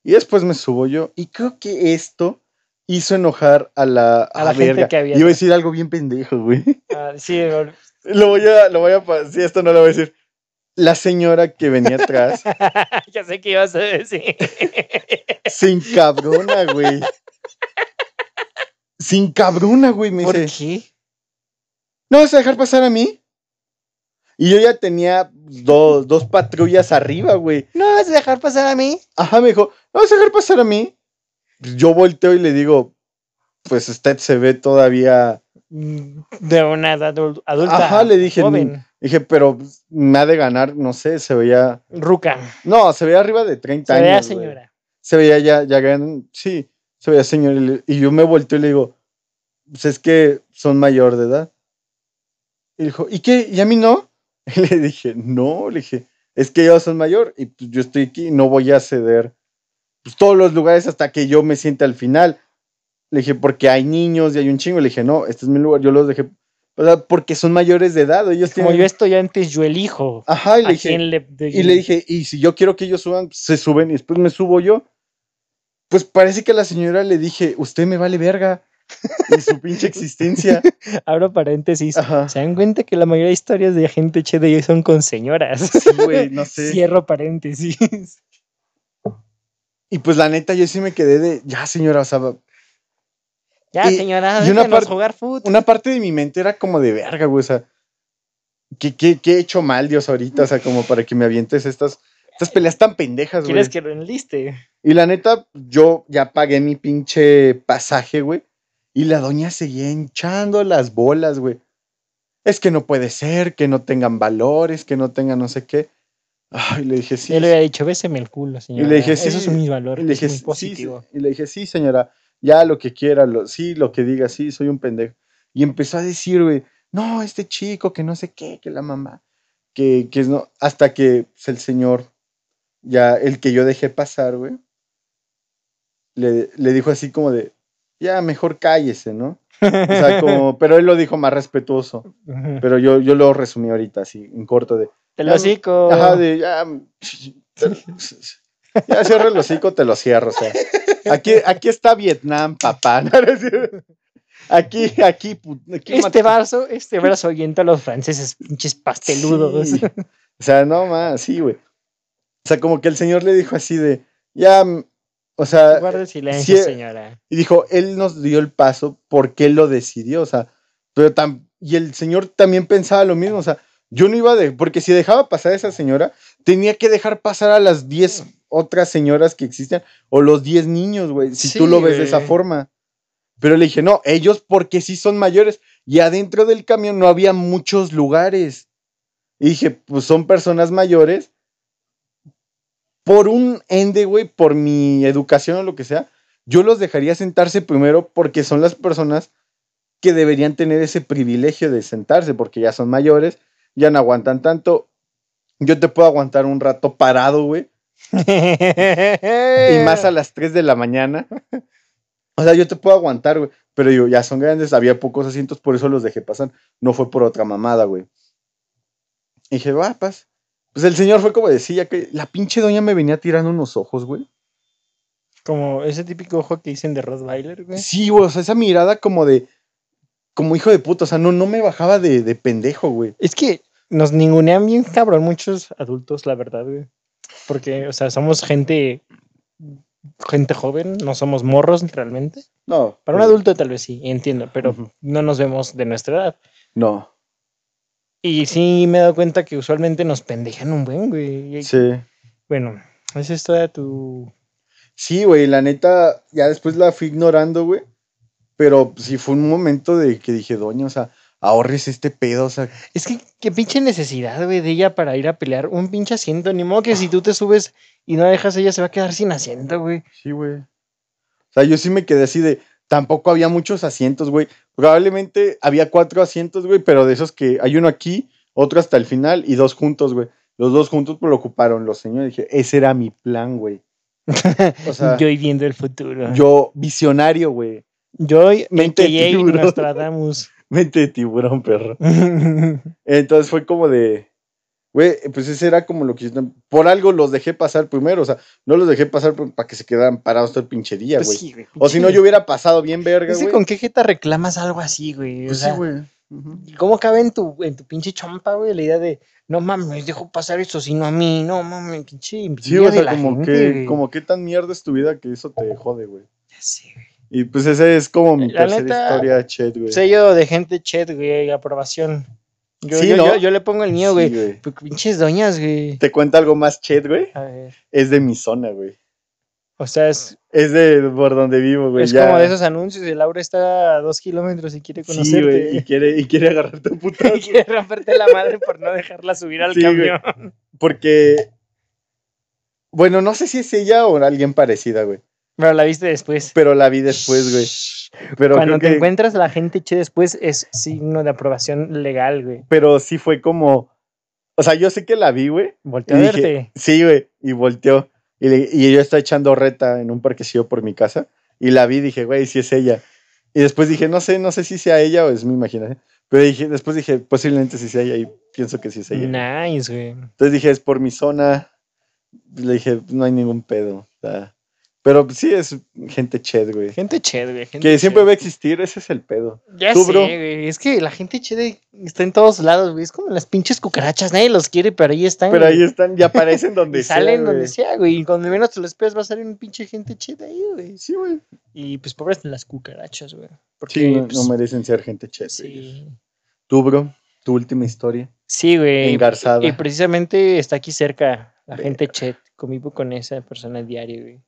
S3: Y después me subo yo. Y creo que esto hizo enojar a la, ah,
S2: A la gente que había
S3: Iba a decir algo bien pendejo, güey.
S2: Ah, sí, güey.
S3: Lo voy a, lo voy a, pa- sí, esto no lo voy a decir. La señora que venía atrás
S2: ya sé qué ibas a decir.
S3: Sin cabrona, güey. Sin cabrona, güey, me
S2: ¿Por
S3: dice.
S2: qué?
S3: ¿No vas a dejar pasar a mí? Y yo ya tenía dos, dos patrullas arriba, güey.
S2: ¿No vas a dejar pasar a mí?
S3: Ajá, me dijo, ¿no vas a dejar pasar a mí? Pues Yo volteo y le digo, pues usted se ve todavía.
S2: Mm, De una edad adul- adulta.
S3: Ajá, le dije,
S2: Joven,
S3: Dije, pero pues, me ha de ganar, no sé, se veía.
S2: ruca.
S3: No, se veía arriba de
S2: Se
S3: 30 años.
S2: vea,
S3: "Mm, güey.
S2: señora.
S3: se veía ya, ya gran- sí, se veía señor. y le- Y yo me volteo y le digo, pues es que son mayor de edad. Y dijo, ¿y qué? ¿Y a mí no? Y le dije, no, le dije, es que ellos son mayor y pues, yo estoy aquí y no voy a ceder pues, todos los lugares hasta que yo me sienta al final. Le dije, porque hay niños y hay un chingo. Le dije, no, este es mi lugar, yo los dejé. O sea, porque son mayores de edad, ellos
S2: Como
S3: tienen-
S2: yo estoy antes, yo elijo.
S3: Ajá, y le
S2: a
S3: dije,
S2: quién le,
S3: pues, y le dije, y si yo quiero que ellos suban, se suben y después me subo yo. Pues parece que a la señora le dije, usted me vale verga. Y su pinche existencia.
S2: Abro paréntesis.
S3: Ajá.
S2: ¿Se dan cuenta que la mayoría de historias de gente chida y son con señoras?
S3: Sí, güey, no sé.
S2: Cierro paréntesis.
S3: Y pues la neta, yo sí me quedé de, ya señora, o sea,
S2: Ya,
S3: Y-
S2: señora,
S3: y una
S2: déjenos
S3: parte-
S2: jugar fútbol.
S3: una parte de mi mente era como de verga, güey, o sea, ¿qué, qué, qué he hecho mal, Dios, ahorita? O sea, como para que me avientes estas, estas peleas tan pendejas, güey.
S2: ¿Quieres que lo enliste?
S3: Y la neta, yo ya pagué mi pinche pasaje, güey. Y la doña seguía hinchando las bolas, güey. Es que no puede ser, que no tengan valores, que no tengan no sé qué. Ay, le dije, sí.
S2: Yo le había dicho, béseme el culo, señora.
S3: dije, sí.
S2: Eso es un valor,
S3: Y le dije,
S2: es muy
S3: sí,
S2: positivo.
S3: se- y le dije, sí, señora, ya lo que quiera, lo- sí, lo que diga, sí, soy un pendejo. Y empezó a decir, güey, no, este chico, que no sé qué, que la mamá, que, que es no, hasta que pues, el señor, ya el que yo dejé pasar, güey, le, le dijo así como de, ya, mejor cállese, ¿no? O sea, como, pero él lo dijo más respetuoso,
S2: Ujú.
S3: pero yo, yo lo resumí ahorita, así, en corto de,
S2: Te lo hocico.
S3: Ajá, de ya. te- Ya cierro el hocico, te lo cierro. O sea, aquí, aquí está Vietnam, papá. ¿no? Es decir, Aquí, aquí. pu- aquí
S2: Este
S3: mat-
S2: vaso, este brazo oyenta a los franceses, pinches pasteludos.
S3: Sí. O sea, no más, sí, güey. O sea, como que el señor le dijo así de, ya, mm, o sea,
S2: Guarde silencio,
S3: sí, eh.
S2: señora.
S3: y dijo, él nos dio el paso porque él lo decidió, o sea, pero tam- y el señor también pensaba lo mismo, o sea, yo no iba de, porque si dejaba pasar a esa señora, tenía que dejar pasar a las
S2: Mm.
S3: 10 otras señoras que existen, o los 10 niños, güey, si tú
S2: Sí,
S3: lo ves de
S2: güey.
S3: esa forma. Pero le dije, no, ellos porque sí son mayores, y adentro del camión no había muchos lugares. Y dije, pues son personas mayores. Por un ende, güey, por mi educación o lo que sea, yo los dejaría sentarse primero porque son las personas que deberían tener ese privilegio de sentarse porque ya son mayores, ya no aguantan tanto. Yo te puedo aguantar un rato parado, güey, y más a las 3 de la mañana. O sea, yo te puedo aguantar, güey. Pero digo, ya son grandes, había pocos asientos, por eso los dejé pasar. No fue por otra mamada, güey. Y dije, va, paz. Pues el señor fue como decía que la pinche doña me venía tirando unos ojos, güey.
S2: Como ese típico ojo que dicen de Rottweiler, güey.
S3: Sí, güey, o sea, esa mirada como de. Como hijo de puta, o sea, no, no me bajaba de, de pendejo, güey.
S2: Es que nos ningunean bien cabrón muchos adultos, la verdad, güey. Porque, o sea, somos gente gente joven, no somos morros realmente.
S3: No.
S2: Para un adulto tal vez sí, entiendo, pero
S3: Ujú.
S2: no nos vemos de nuestra edad.
S3: No.
S2: Y sí me he dado cuenta que usualmente nos pendejan un buen, güey. Y-
S3: Sí.
S2: Bueno, esa es toda tu...
S3: Sí, güey, la neta, ya después la fui ignorando, güey. Pero sí fue un momento de que dije, doña, o sea, ahorres este pedo, o sea,
S2: Es que qué pinche necesidad, güey, de ella para ir a pelear un pinche asiento. Ni modo que si tú te subes y no la dejas, ella se va a quedar sin asiento, güey.
S3: sí, güey. O sea, yo sí me quedé así de, tampoco había muchos asientos, güey. Probablemente había cuatro asientos, güey, pero de esos que hay uno aquí, otro hasta el final y dos juntos, güey. Los dos juntos pues, lo ocuparon los señores. Dije, ese era mi plan, güey. O sea,
S2: yo viviendo el futuro.
S3: yo visionario, güey.
S2: Yo,
S3: Mente de
S2: AKA
S3: tiburón.
S2: Nostradamus.
S3: Mente de tiburón, perro. Entonces fue como de, güey, pues ese era como lo que yo, tam- por algo los dejé pasar primero, o sea, no los dejé pasar para que se quedaran parados todo el pinche día,
S2: Pues
S3: güey.
S2: sí, Pues güey,
S3: o si no,
S2: pinche-
S3: yo hubiera pasado bien verga,
S2: Es que
S3: güey.
S2: con qué jeta reclamas algo así, güey. O
S3: Pues sí,
S2: sea,
S3: güey. Ujú.
S2: ¿Cómo cabe en tu, en tu pinche chompa, güey? La idea de, no mames, dejo pasar eso, sino a mí, no mames, pinche
S3: Sí,
S2: envidia
S3: o
S2: de
S3: sea,
S2: la
S3: como
S2: gente,
S3: que,
S2: güey.
S3: como que tan mierda es tu vida que eso te jode, güey.
S2: Ya sé, güey.
S3: Y pues esa es como mi
S2: La
S3: tercera
S2: neta,
S3: historia, chet, güey.
S2: Sello de gente chet, güey, aprobación. Yo,
S3: Sí,
S2: yo,
S3: ¿no?
S2: yo- yo le pongo el mío,
S3: Sí,
S2: güey. Pues, Pinches doñas, güey.
S3: Te cuento algo más chet, güey.
S2: A ver.
S3: Es de mi zona, güey.
S2: O sea, es,
S3: Es de por donde vivo, Ah, güey.
S2: es
S3: ya.
S2: como de esos anuncios de Laura está a dos kilómetros y quiere
S3: Sí,
S2: conocerte.
S3: güey. Y quiere, y quiere agarrarte a putas.
S2: Y quiere romperte la madre por no dejarla subir al
S3: Sí, güey.
S2: camión.
S3: Porque. Bueno, no sé si es ella o alguien parecida, güey.
S2: Pero la viste después.
S3: Pero la vi después, güey. Pero,
S2: Cuando
S3: creo
S2: te
S3: que-
S2: encuentras a la gente che después es signo de aprobación legal, güey.
S3: pero sí fue como. O sea, yo sé que la vi, güey. Y
S2: Voltea a
S3: dije,
S2: verte.
S3: sí, güey. Y volteó. Y, le- y yo estaba echando reta en un parquecillo por mi casa. Y la vi, dije, güey, si es ella. Y después dije, no sé, no sé si sea ella o es mi imaginación. Pero dije, después dije, posiblemente si sea ella. Y pienso que sí es ella.
S2: Nice, güey.
S3: Entonces dije, es por mi zona. Le dije, no hay ningún pedo. o sea, Pero sí es gente ched, güey.
S2: Gente chévere, güey. gente
S3: Que siempre
S2: chévere.
S3: va a existir, ese es el pedo.
S2: Ya
S3: Tú,
S2: sé,
S3: bro.
S2: güey. Es que la gente chévere está en todos lados, güey. Es como las pinches cucarachas. Nadie los quiere, pero ahí están.
S3: Pero ahí
S2: güey.
S3: están, ya aparecen donde
S2: Y salen
S3: sea,
S2: donde
S3: güey.
S2: sea, güey. Y cuando menos te lo esperas va a salir un pinche gente chévere ahí, güey.
S3: Sí, güey.
S2: Y pues pobres de las cucarachas, güey. Porque,
S3: Sí, no,
S2: pues,
S3: no merecen ser gente ched. güey.
S2: sí.
S3: Tú, bro, tu última historia.
S2: Sí, güey.
S3: Engarzada.
S2: Y precisamente está aquí cerca la
S3: Verga.
S2: gente chat. Convivo con esa persona diario, güey.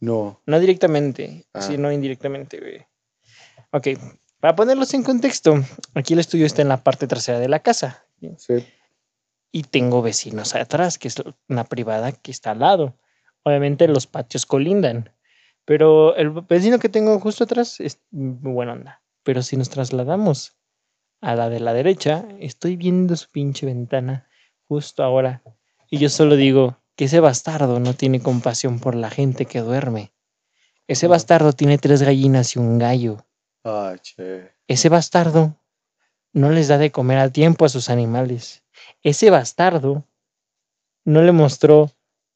S3: No.
S2: No directamente,
S3: Ah.
S2: sino indirectamente, güey. Ok, para ponerlos en contexto, aquí el estudio está en la parte trasera de la casa.
S3: Sí.
S2: y tengo vecinos atrás, que es una privada que está al lado. Obviamente los patios colindan, pero el vecino que tengo justo atrás es muy buena onda. Pero si nos trasladamos a la de la derecha, estoy viendo su pinche ventana justo ahora. Y yo solo digo que ese bastardo no tiene compasión por la gente que duerme. Ese
S3: Ujú.
S2: bastardo tiene tres gallinas y un gallo.
S3: Ah, che.
S2: Ese bastardo no les da de comer a tiempo a sus animales. Ese bastardo no le mostró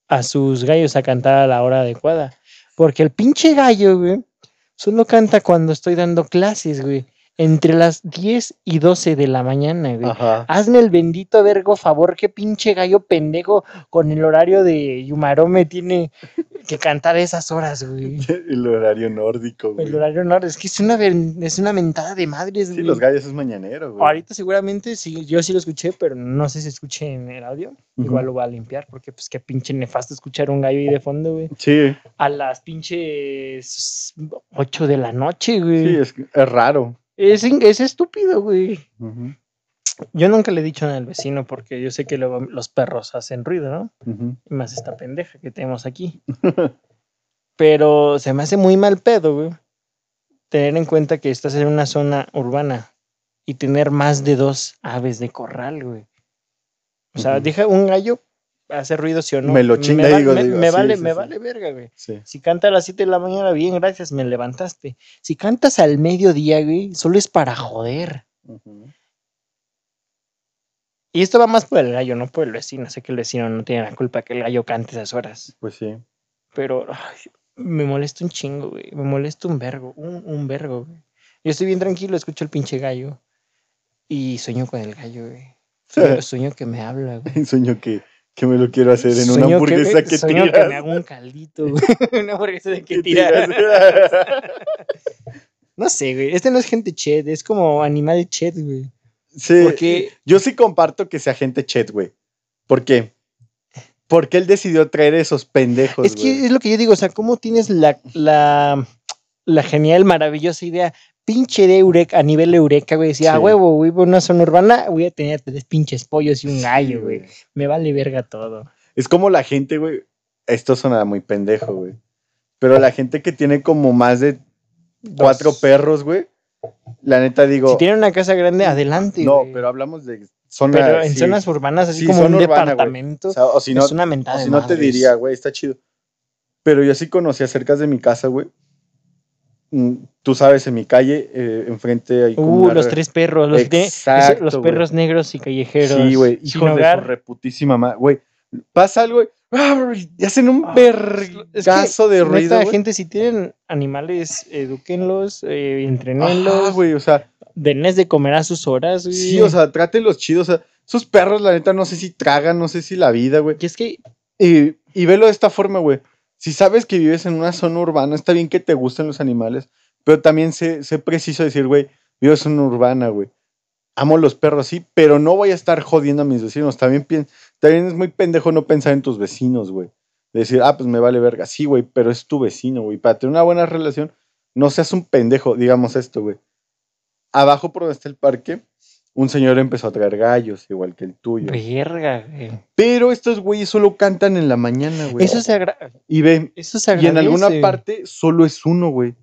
S2: a sus gallos a cantar a la hora adecuada. Porque el pinche gallo, güey, solo canta cuando estoy dando clases, güey. Entre las 10 y 12 de la mañana, güey.
S3: Ajá.
S2: Hazme el bendito vergo favor que pinche gallo pendejo con el horario de Yumarome tiene que cantar a esas horas, güey.
S3: El horario nórdico, güey.
S2: El horario no, es que es una, ven- es una mentada de madres,
S3: Sí,
S2: güey.
S3: los gallos es mañanero, güey.
S2: Ahorita seguramente sí, yo sí lo escuché, pero no sé si escuché en el audio.
S3: Ujú.
S2: Igual lo voy a limpiar porque pues qué pinche nefasto escuchar un gallo ahí de fondo, güey.
S3: Sí,
S2: A las pinches 8 de la noche,
S3: sí,
S2: güey.
S3: es, es raro.
S2: Es, in- es estúpido, güey.
S3: Ujú,
S2: Yo nunca le he dicho nada al vecino porque yo sé que luego los perros hacen ruido, ¿no?
S3: ujú.
S2: Y más esta pendeja que tenemos aquí. Pero se me hace muy mal pedo, güey. Tener en cuenta que estás en una zona urbana y tener más de dos aves de corral, güey. O sea,
S3: Ujú.
S2: deja un gallo, hace ruido, sí o no.
S3: Me lo chinga,
S2: va-
S3: digo,
S2: me,
S3: digo,
S2: me
S3: sí,
S2: vale,
S3: sí,
S2: me
S3: sí.
S2: vale verga, güey.
S3: Sí.
S2: Si canta a las 7 de la mañana, bien, gracias, me levantaste. Si cantas al mediodía, güey, solo es para joder.
S3: Ujú.
S2: Y esto va más por el gallo, no por el vecino. Sé que el vecino no tiene la culpa que el gallo cante esas horas.
S3: Pues sí.
S2: pero ay, me molesta un chingo, güey. Me molesta un vergo, un, un vergo, güey. Yo estoy bien tranquilo, escucho el pinche gallo y sueño con el gallo, güey. Sueño, sueño que me habla, güey.
S3: Sueño que, que me lo quiero hacer en
S2: Sueño
S3: una
S2: que
S3: hamburguesa
S2: me-
S3: que,
S2: Sueño
S3: tiras.
S2: que me hago un caldito, güey. una hamburguesa de que
S3: que
S2: tirar.
S3: tiras.
S2: No sé, güey. Este no es gente chet, es como animal chet, güey.
S3: sí.
S2: Porque-
S3: Yo sí comparto que sea gente chet, güey. ¿Por qué? Porque él decidió traer esos pendejos,
S2: es que
S3: güey.
S2: es lo que yo digo, o sea, ¿cómo tienes la, la, la genial, maravillosa idea? Pinche de Eureka, a nivel Eureka, güey. Decía,
S3: Sí.
S2: a huevo, güey, por una zona urbana, voy a tener tres pinches pollos y un
S3: Sí,
S2: gallo, güey. Me vale verga todo.
S3: Es como la gente, güey. Esto suena muy pendejo, güey. Pero la gente que tiene como más de cuatro
S2: Dos.
S3: perros, güey. La neta digo.
S2: Si tienen una casa grande, adelante.
S3: no,
S2: güey.
S3: pero hablamos de zonas.
S2: Pero en
S3: sí.
S2: zonas urbanas, así
S3: Sí,
S2: como un
S3: zona urbana, güey.
S2: departamento,
S3: O sea, o si no,
S2: es una mentada.
S3: o si
S2: de
S3: no te
S2: madres.
S3: diría, güey, está chido. Pero yo sí conocí acerca de mi casa, güey. Mm, Tú sabes, en mi calle, eh, enfrente hay como
S2: Uh,
S3: una
S2: los
S3: re-
S2: tres perros, los, de-
S3: Exacto,
S2: esos- los
S3: güey.
S2: perros negros y callejeros.
S3: Sí, güey.
S2: sin
S3: Hijos de su
S2: hogar.
S3: reputísima madre. Güey, pasa algo, güey. ¡ah! Y hacen un
S2: Ah, es que,
S3: vergazo de
S2: neta,
S3: ruido, güey.
S2: gente, si tienen animales, eduquenlos, eh,
S3: Ajá,
S2: entrenenlos,
S3: güey, o sea,
S2: denles de comer a sus horas. güey.
S3: sí, o sea, trátenlos chidos. O sea, esos perros, la neta, no sé si tragan, no sé si la vida, güey.
S2: Y es que
S3: Y, y velo de esta forma, güey. Si sabes que vives en una zona urbana, está bien que te gusten los animales, pero también sé, sé preciso decir, güey, vivo en zona urbana, güey. Amo los perros, sí, pero no voy a estar jodiendo a mis vecinos. También, pien- también es muy pendejo no pensar en tus vecinos, güey. Decir, ah, pues me vale verga. Sí, güey, pero es tu vecino, güey. Para tener una buena relación, no seas un pendejo, digamos esto, güey. Abajo por donde está el parque, un señor empezó a traer gallos, igual que el tuyo.
S2: Verga, güey.
S3: Pero estos güeyes solo cantan en la mañana, güey.
S2: Eso se, agra-
S3: Y ve,
S2: eso se
S3: y en
S2: agradece.
S3: alguna parte solo es uno, güey.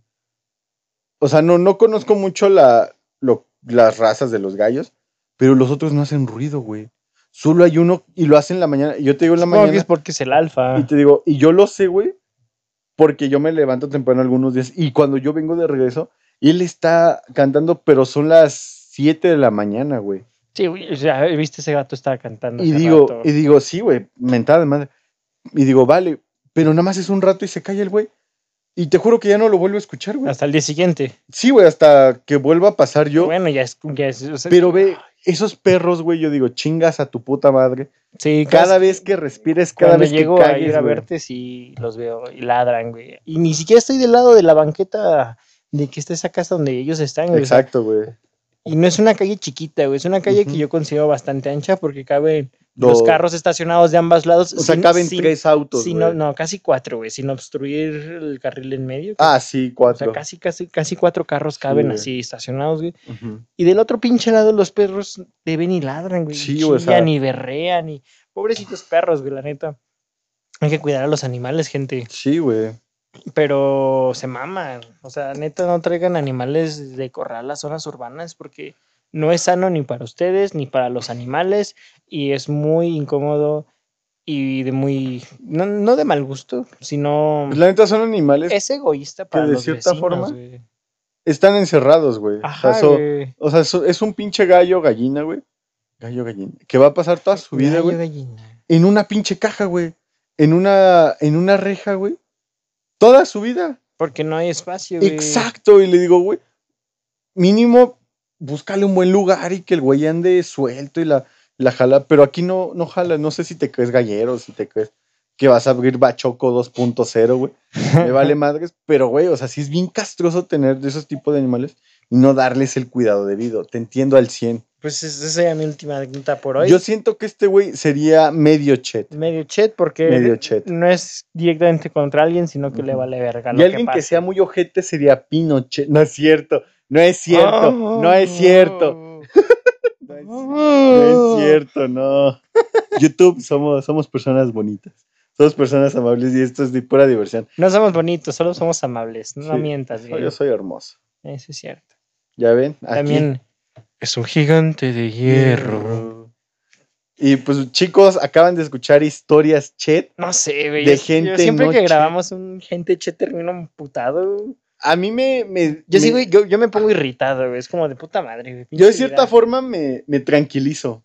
S3: O sea, no, no conozco mucho la, lo- las razas de los gallos, pero los otros no hacen ruido, güey. Solo hay uno y lo hacen en la mañana. Y yo te digo en la
S2: Supongo que
S3: mañana
S2: es porque es el alfa.
S3: y te digo, y yo lo sé, güey, porque yo me levanto temprano algunos días y cuando yo vengo de regreso, él está cantando, pero son las 7 de la mañana, güey.
S2: Sí, güey, o sea, viste ese gato estaba cantando.
S3: Y
S2: hace
S3: digo,
S2: rato.
S3: y digo, sí, güey, mentada de madre. Y digo, vale, Pero nada más es un rato y se calla el güey. Y te juro que ya no lo vuelvo a escuchar, güey.
S2: Hasta el día siguiente.
S3: Sí, güey, hasta que vuelva a pasar yo.
S2: Bueno, ya es. ya es- o sea,
S3: Pero ve, esos perros, güey, yo digo, chingas a tu puta madre.
S2: sí,
S3: Cada vez que respires, cada
S2: Pues, cuando
S3: vez que
S2: llego a
S3: calles,
S2: ir a
S3: güey.
S2: verte, sí los veo y ladran, güey. Y ni siquiera estoy del lado de la banqueta de que está esa casa donde ellos están, güey. O sea,
S3: Exacto, güey.
S2: y no es una calle chiquita, güey. Es una calle que
S3: Ujú.
S2: yo considero bastante ancha porque caben los
S3: Do-
S2: carros estacionados de ambos lados.
S3: O sea,
S2: sin-
S3: caben
S2: sin-
S3: tres autos,
S2: sin-
S3: güey.
S2: no, no, casi cuatro, güey. Sin obstruir el carril en medio.
S3: Ah, sí,
S2: o sea,
S3: cuatro.
S2: casi, casi, casi cuatro carros caben
S3: güey.
S2: así estacionados, güey.
S3: Ujú.
S2: Y del otro pinche lado los perros te ven y ladran, güey.
S3: Sí,
S2: y
S3: güey, o sea-
S2: chillan y berrean y... Pobrecitos perros, güey, la neta. Hay que cuidar a los animales, gente.
S3: Sí, güey.
S2: Pero se maman. O sea, neta, no traigan animales de corral a zonas urbanas porque no es sano ni para ustedes ni para los animales y es muy incómodo y de muy... No, no de mal gusto, sino...
S3: Pues la neta son animales.
S2: Es egoísta para
S3: de
S2: los
S3: cierta
S2: vecinos,
S3: forma,
S2: güey.
S3: Están encerrados, güey. O sea,
S2: Ajá,
S3: so-
S2: güey.
S3: o sea, so- es un pinche gallo, gallina, güey. Gallo, gallina. Que va a pasar toda su vida,
S2: Gallo,
S3: güey.
S2: gallina.
S3: en una pinche caja, güey. En una, en una reja, güey. Toda su vida.
S2: Porque no hay espacio, güey.
S3: Exacto. Y le digo, güey, mínimo, búscale un buen lugar y que el güey ande suelto y la, la jala. Pero aquí no, no jala. No sé si te crees gallero, si te crees que vas a abrir Bachoco 2.0, güey. Me vale madres. Pero, güey, o sea, sí es bien castroso tener de esos tipos de animales y no darles el cuidado debido. Te entiendo al 100.
S2: Pues es- esa sería mi última pregunta por hoy.
S3: Yo siento que este güey sería medio chet.
S2: medio chet porque
S3: Medio chet.
S2: no es directamente contra alguien, sino que le
S3: Ujú.
S2: vale verga.
S3: Y
S2: lo
S3: alguien que,
S2: pase.
S3: sea muy ojete sería Pinochet. No es cierto, no es cierto, no es cierto. No
S2: Ah.
S3: es, no es cierto, no. YouTube, somos, somos personas bonitas. Somos personas amables y esto es de pura diversión.
S2: No somos bonitos, solo somos amables. No
S3: Sí.
S2: mientas,
S3: No,
S2: güey.
S3: yo soy hermoso.
S2: Eso es cierto.
S3: ¿Ya ven? Aquí.
S2: También es un gigante de hierro.
S3: Y pues chicos, acaban de escuchar historias chet.
S2: No sé, güey.
S3: De
S2: yo- yo
S3: gente
S2: siempre
S3: no
S2: que
S3: chet.
S2: grabamos un gente chet termino amputado. güey.
S3: A mí me... me-
S2: Yo
S3: me-
S2: sí, güey, yo, yo me pongo irritado, güey. Es como de puta madre, güey.
S3: Yo de
S2: pinche
S3: cierta
S2: vida.
S3: forma me, me tranquilizo.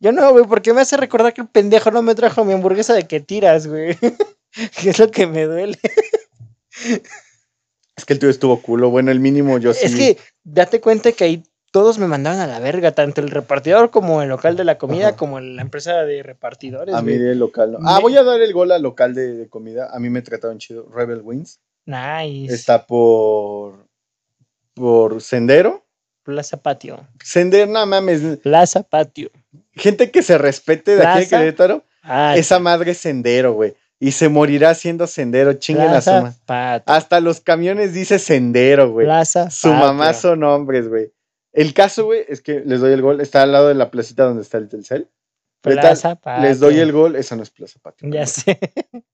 S2: Yo no, güey, porque me hace recordar que el pendejo no me trajo mi hamburguesa de que tiras, güey. que es lo que me duele.
S3: Es que el tuyo estuvo culo. Bueno, el mínimo yo Pues sí.
S2: Es que date cuenta que ahí todos me mandaban a la verga, tanto el repartidor como el local de la comida,
S3: Ajá.
S2: como la empresa de repartidores.
S3: A mí
S2: güey.
S3: de local no. Ah,
S2: Me-
S3: voy a dar el gol al local de, de comida. A mí me trataron chido. Rebel Wings.
S2: Nice.
S3: Está por. Por Sendero.
S2: Plaza Patio.
S3: Sendero, no mames.
S2: Plaza Patio.
S3: Gente que se respete de aquí de
S2: Plaza.
S3: Querétaro.
S2: Ah,
S3: Esa madre es Sendero, güey. Y se morirá siendo Sendero. Chinguen a su ma-
S2: Plaza Patio.
S3: Hasta los camiones dice Sendero, güey.
S2: Plaza
S3: Su mamá
S2: Patio.
S3: son hombres, güey. El caso, güey, es que les doy el gol. Está al lado de la placita donde está el Telcel. ¿Qué tal?
S2: Plaza Patio.
S3: Les doy el gol. Esa no es Plaza Patio.
S2: Ah, Ya sé.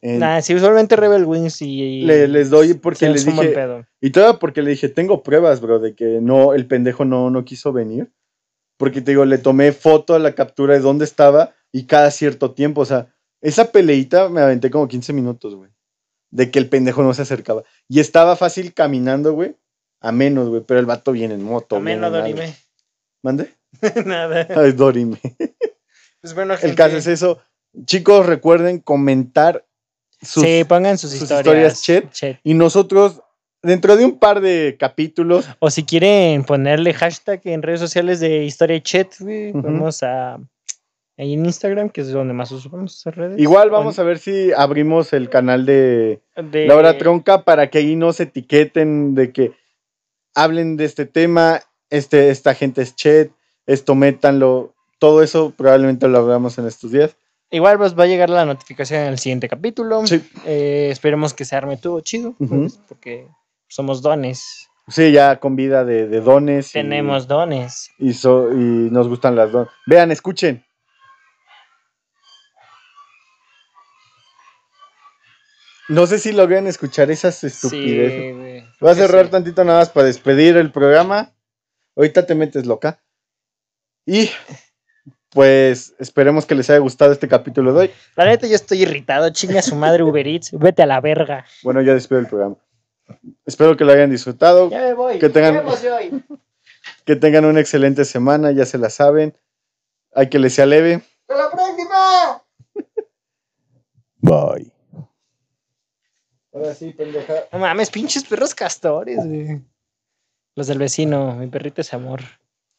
S3: En-
S2: Nah, sí, usualmente Rebel Wings y.
S3: le- les doy porque
S2: se
S3: les
S2: suman
S3: dije,
S2: pedo.
S3: Y todavía porque le dije, tengo pruebas, bro, de que no, el pendejo no, no quiso venir. Porque te digo, le tomé foto a la captura de dónde estaba y cada cierto tiempo. O sea, esa peleita me aventé como 15 minutos, güey. De que el pendejo no se acercaba. Y estaba fácil caminando, güey. A menos, güey. Pero el vato viene en moto.
S2: Amén,
S3: viene
S2: no
S3: en algo.
S2: dorime.
S3: ¿Mande?
S2: Nada.
S3: Ay, Dorime.
S2: Pues bueno,
S3: El
S2: gente,
S3: caso es eso. Chicos, recuerden comentar sus
S2: sí, pongan sus,
S3: sus
S2: historias.
S3: historias, chat. Y nosotros, dentro de un par de capítulos,
S2: O si quieren ponerle hashtag en redes sociales de historia chat, güey,
S3: Ujú.
S2: vamos a ahí en Instagram, que es donde más usamos esas redes.
S3: Igual vamos a ver si abrimos el canal de
S2: de,
S3: Laura Tronca para que ahí nos etiqueten de que hablen de este tema, este, esta gente es chat, esto métanlo, todo eso probablemente lo hablamos en estos días.
S2: Igual pues va a llegar la notificación en el siguiente capítulo.
S3: Sí,
S2: Eh, esperemos que se arme todo chido,
S3: Ujú.
S2: pues, porque somos dones.
S3: sí, ya con vida de, de dones. y-
S2: Tenemos dones.
S3: Y, so- y nos gustan las dones. Vean, escuchen. No sé si logran escuchar esas estupideces.
S2: Sí, güey,
S3: Voy a
S2: creo que
S3: cerrar
S2: sí.
S3: tantito nada más para despedir el programa. Ahorita te metes loca. Y pues esperemos que les haya gustado este capítulo de hoy.
S2: La neta, yo estoy irritado. Chinga su madre, Uber Eats. Vete a la verga.
S3: Bueno, ya despido el programa. Espero que lo hayan disfrutado,
S2: Ya me voy.
S3: Que tengan-
S2: Nos vemos hoy.
S3: que tengan una excelente semana, ya se la saben. Hay que les sea leve.
S2: ¡Hasta la próxima!
S3: Bye. Ahora sí, pendeja.
S2: No mames, pinches perros castores, güey. Los del vecino, mi perrito es amor.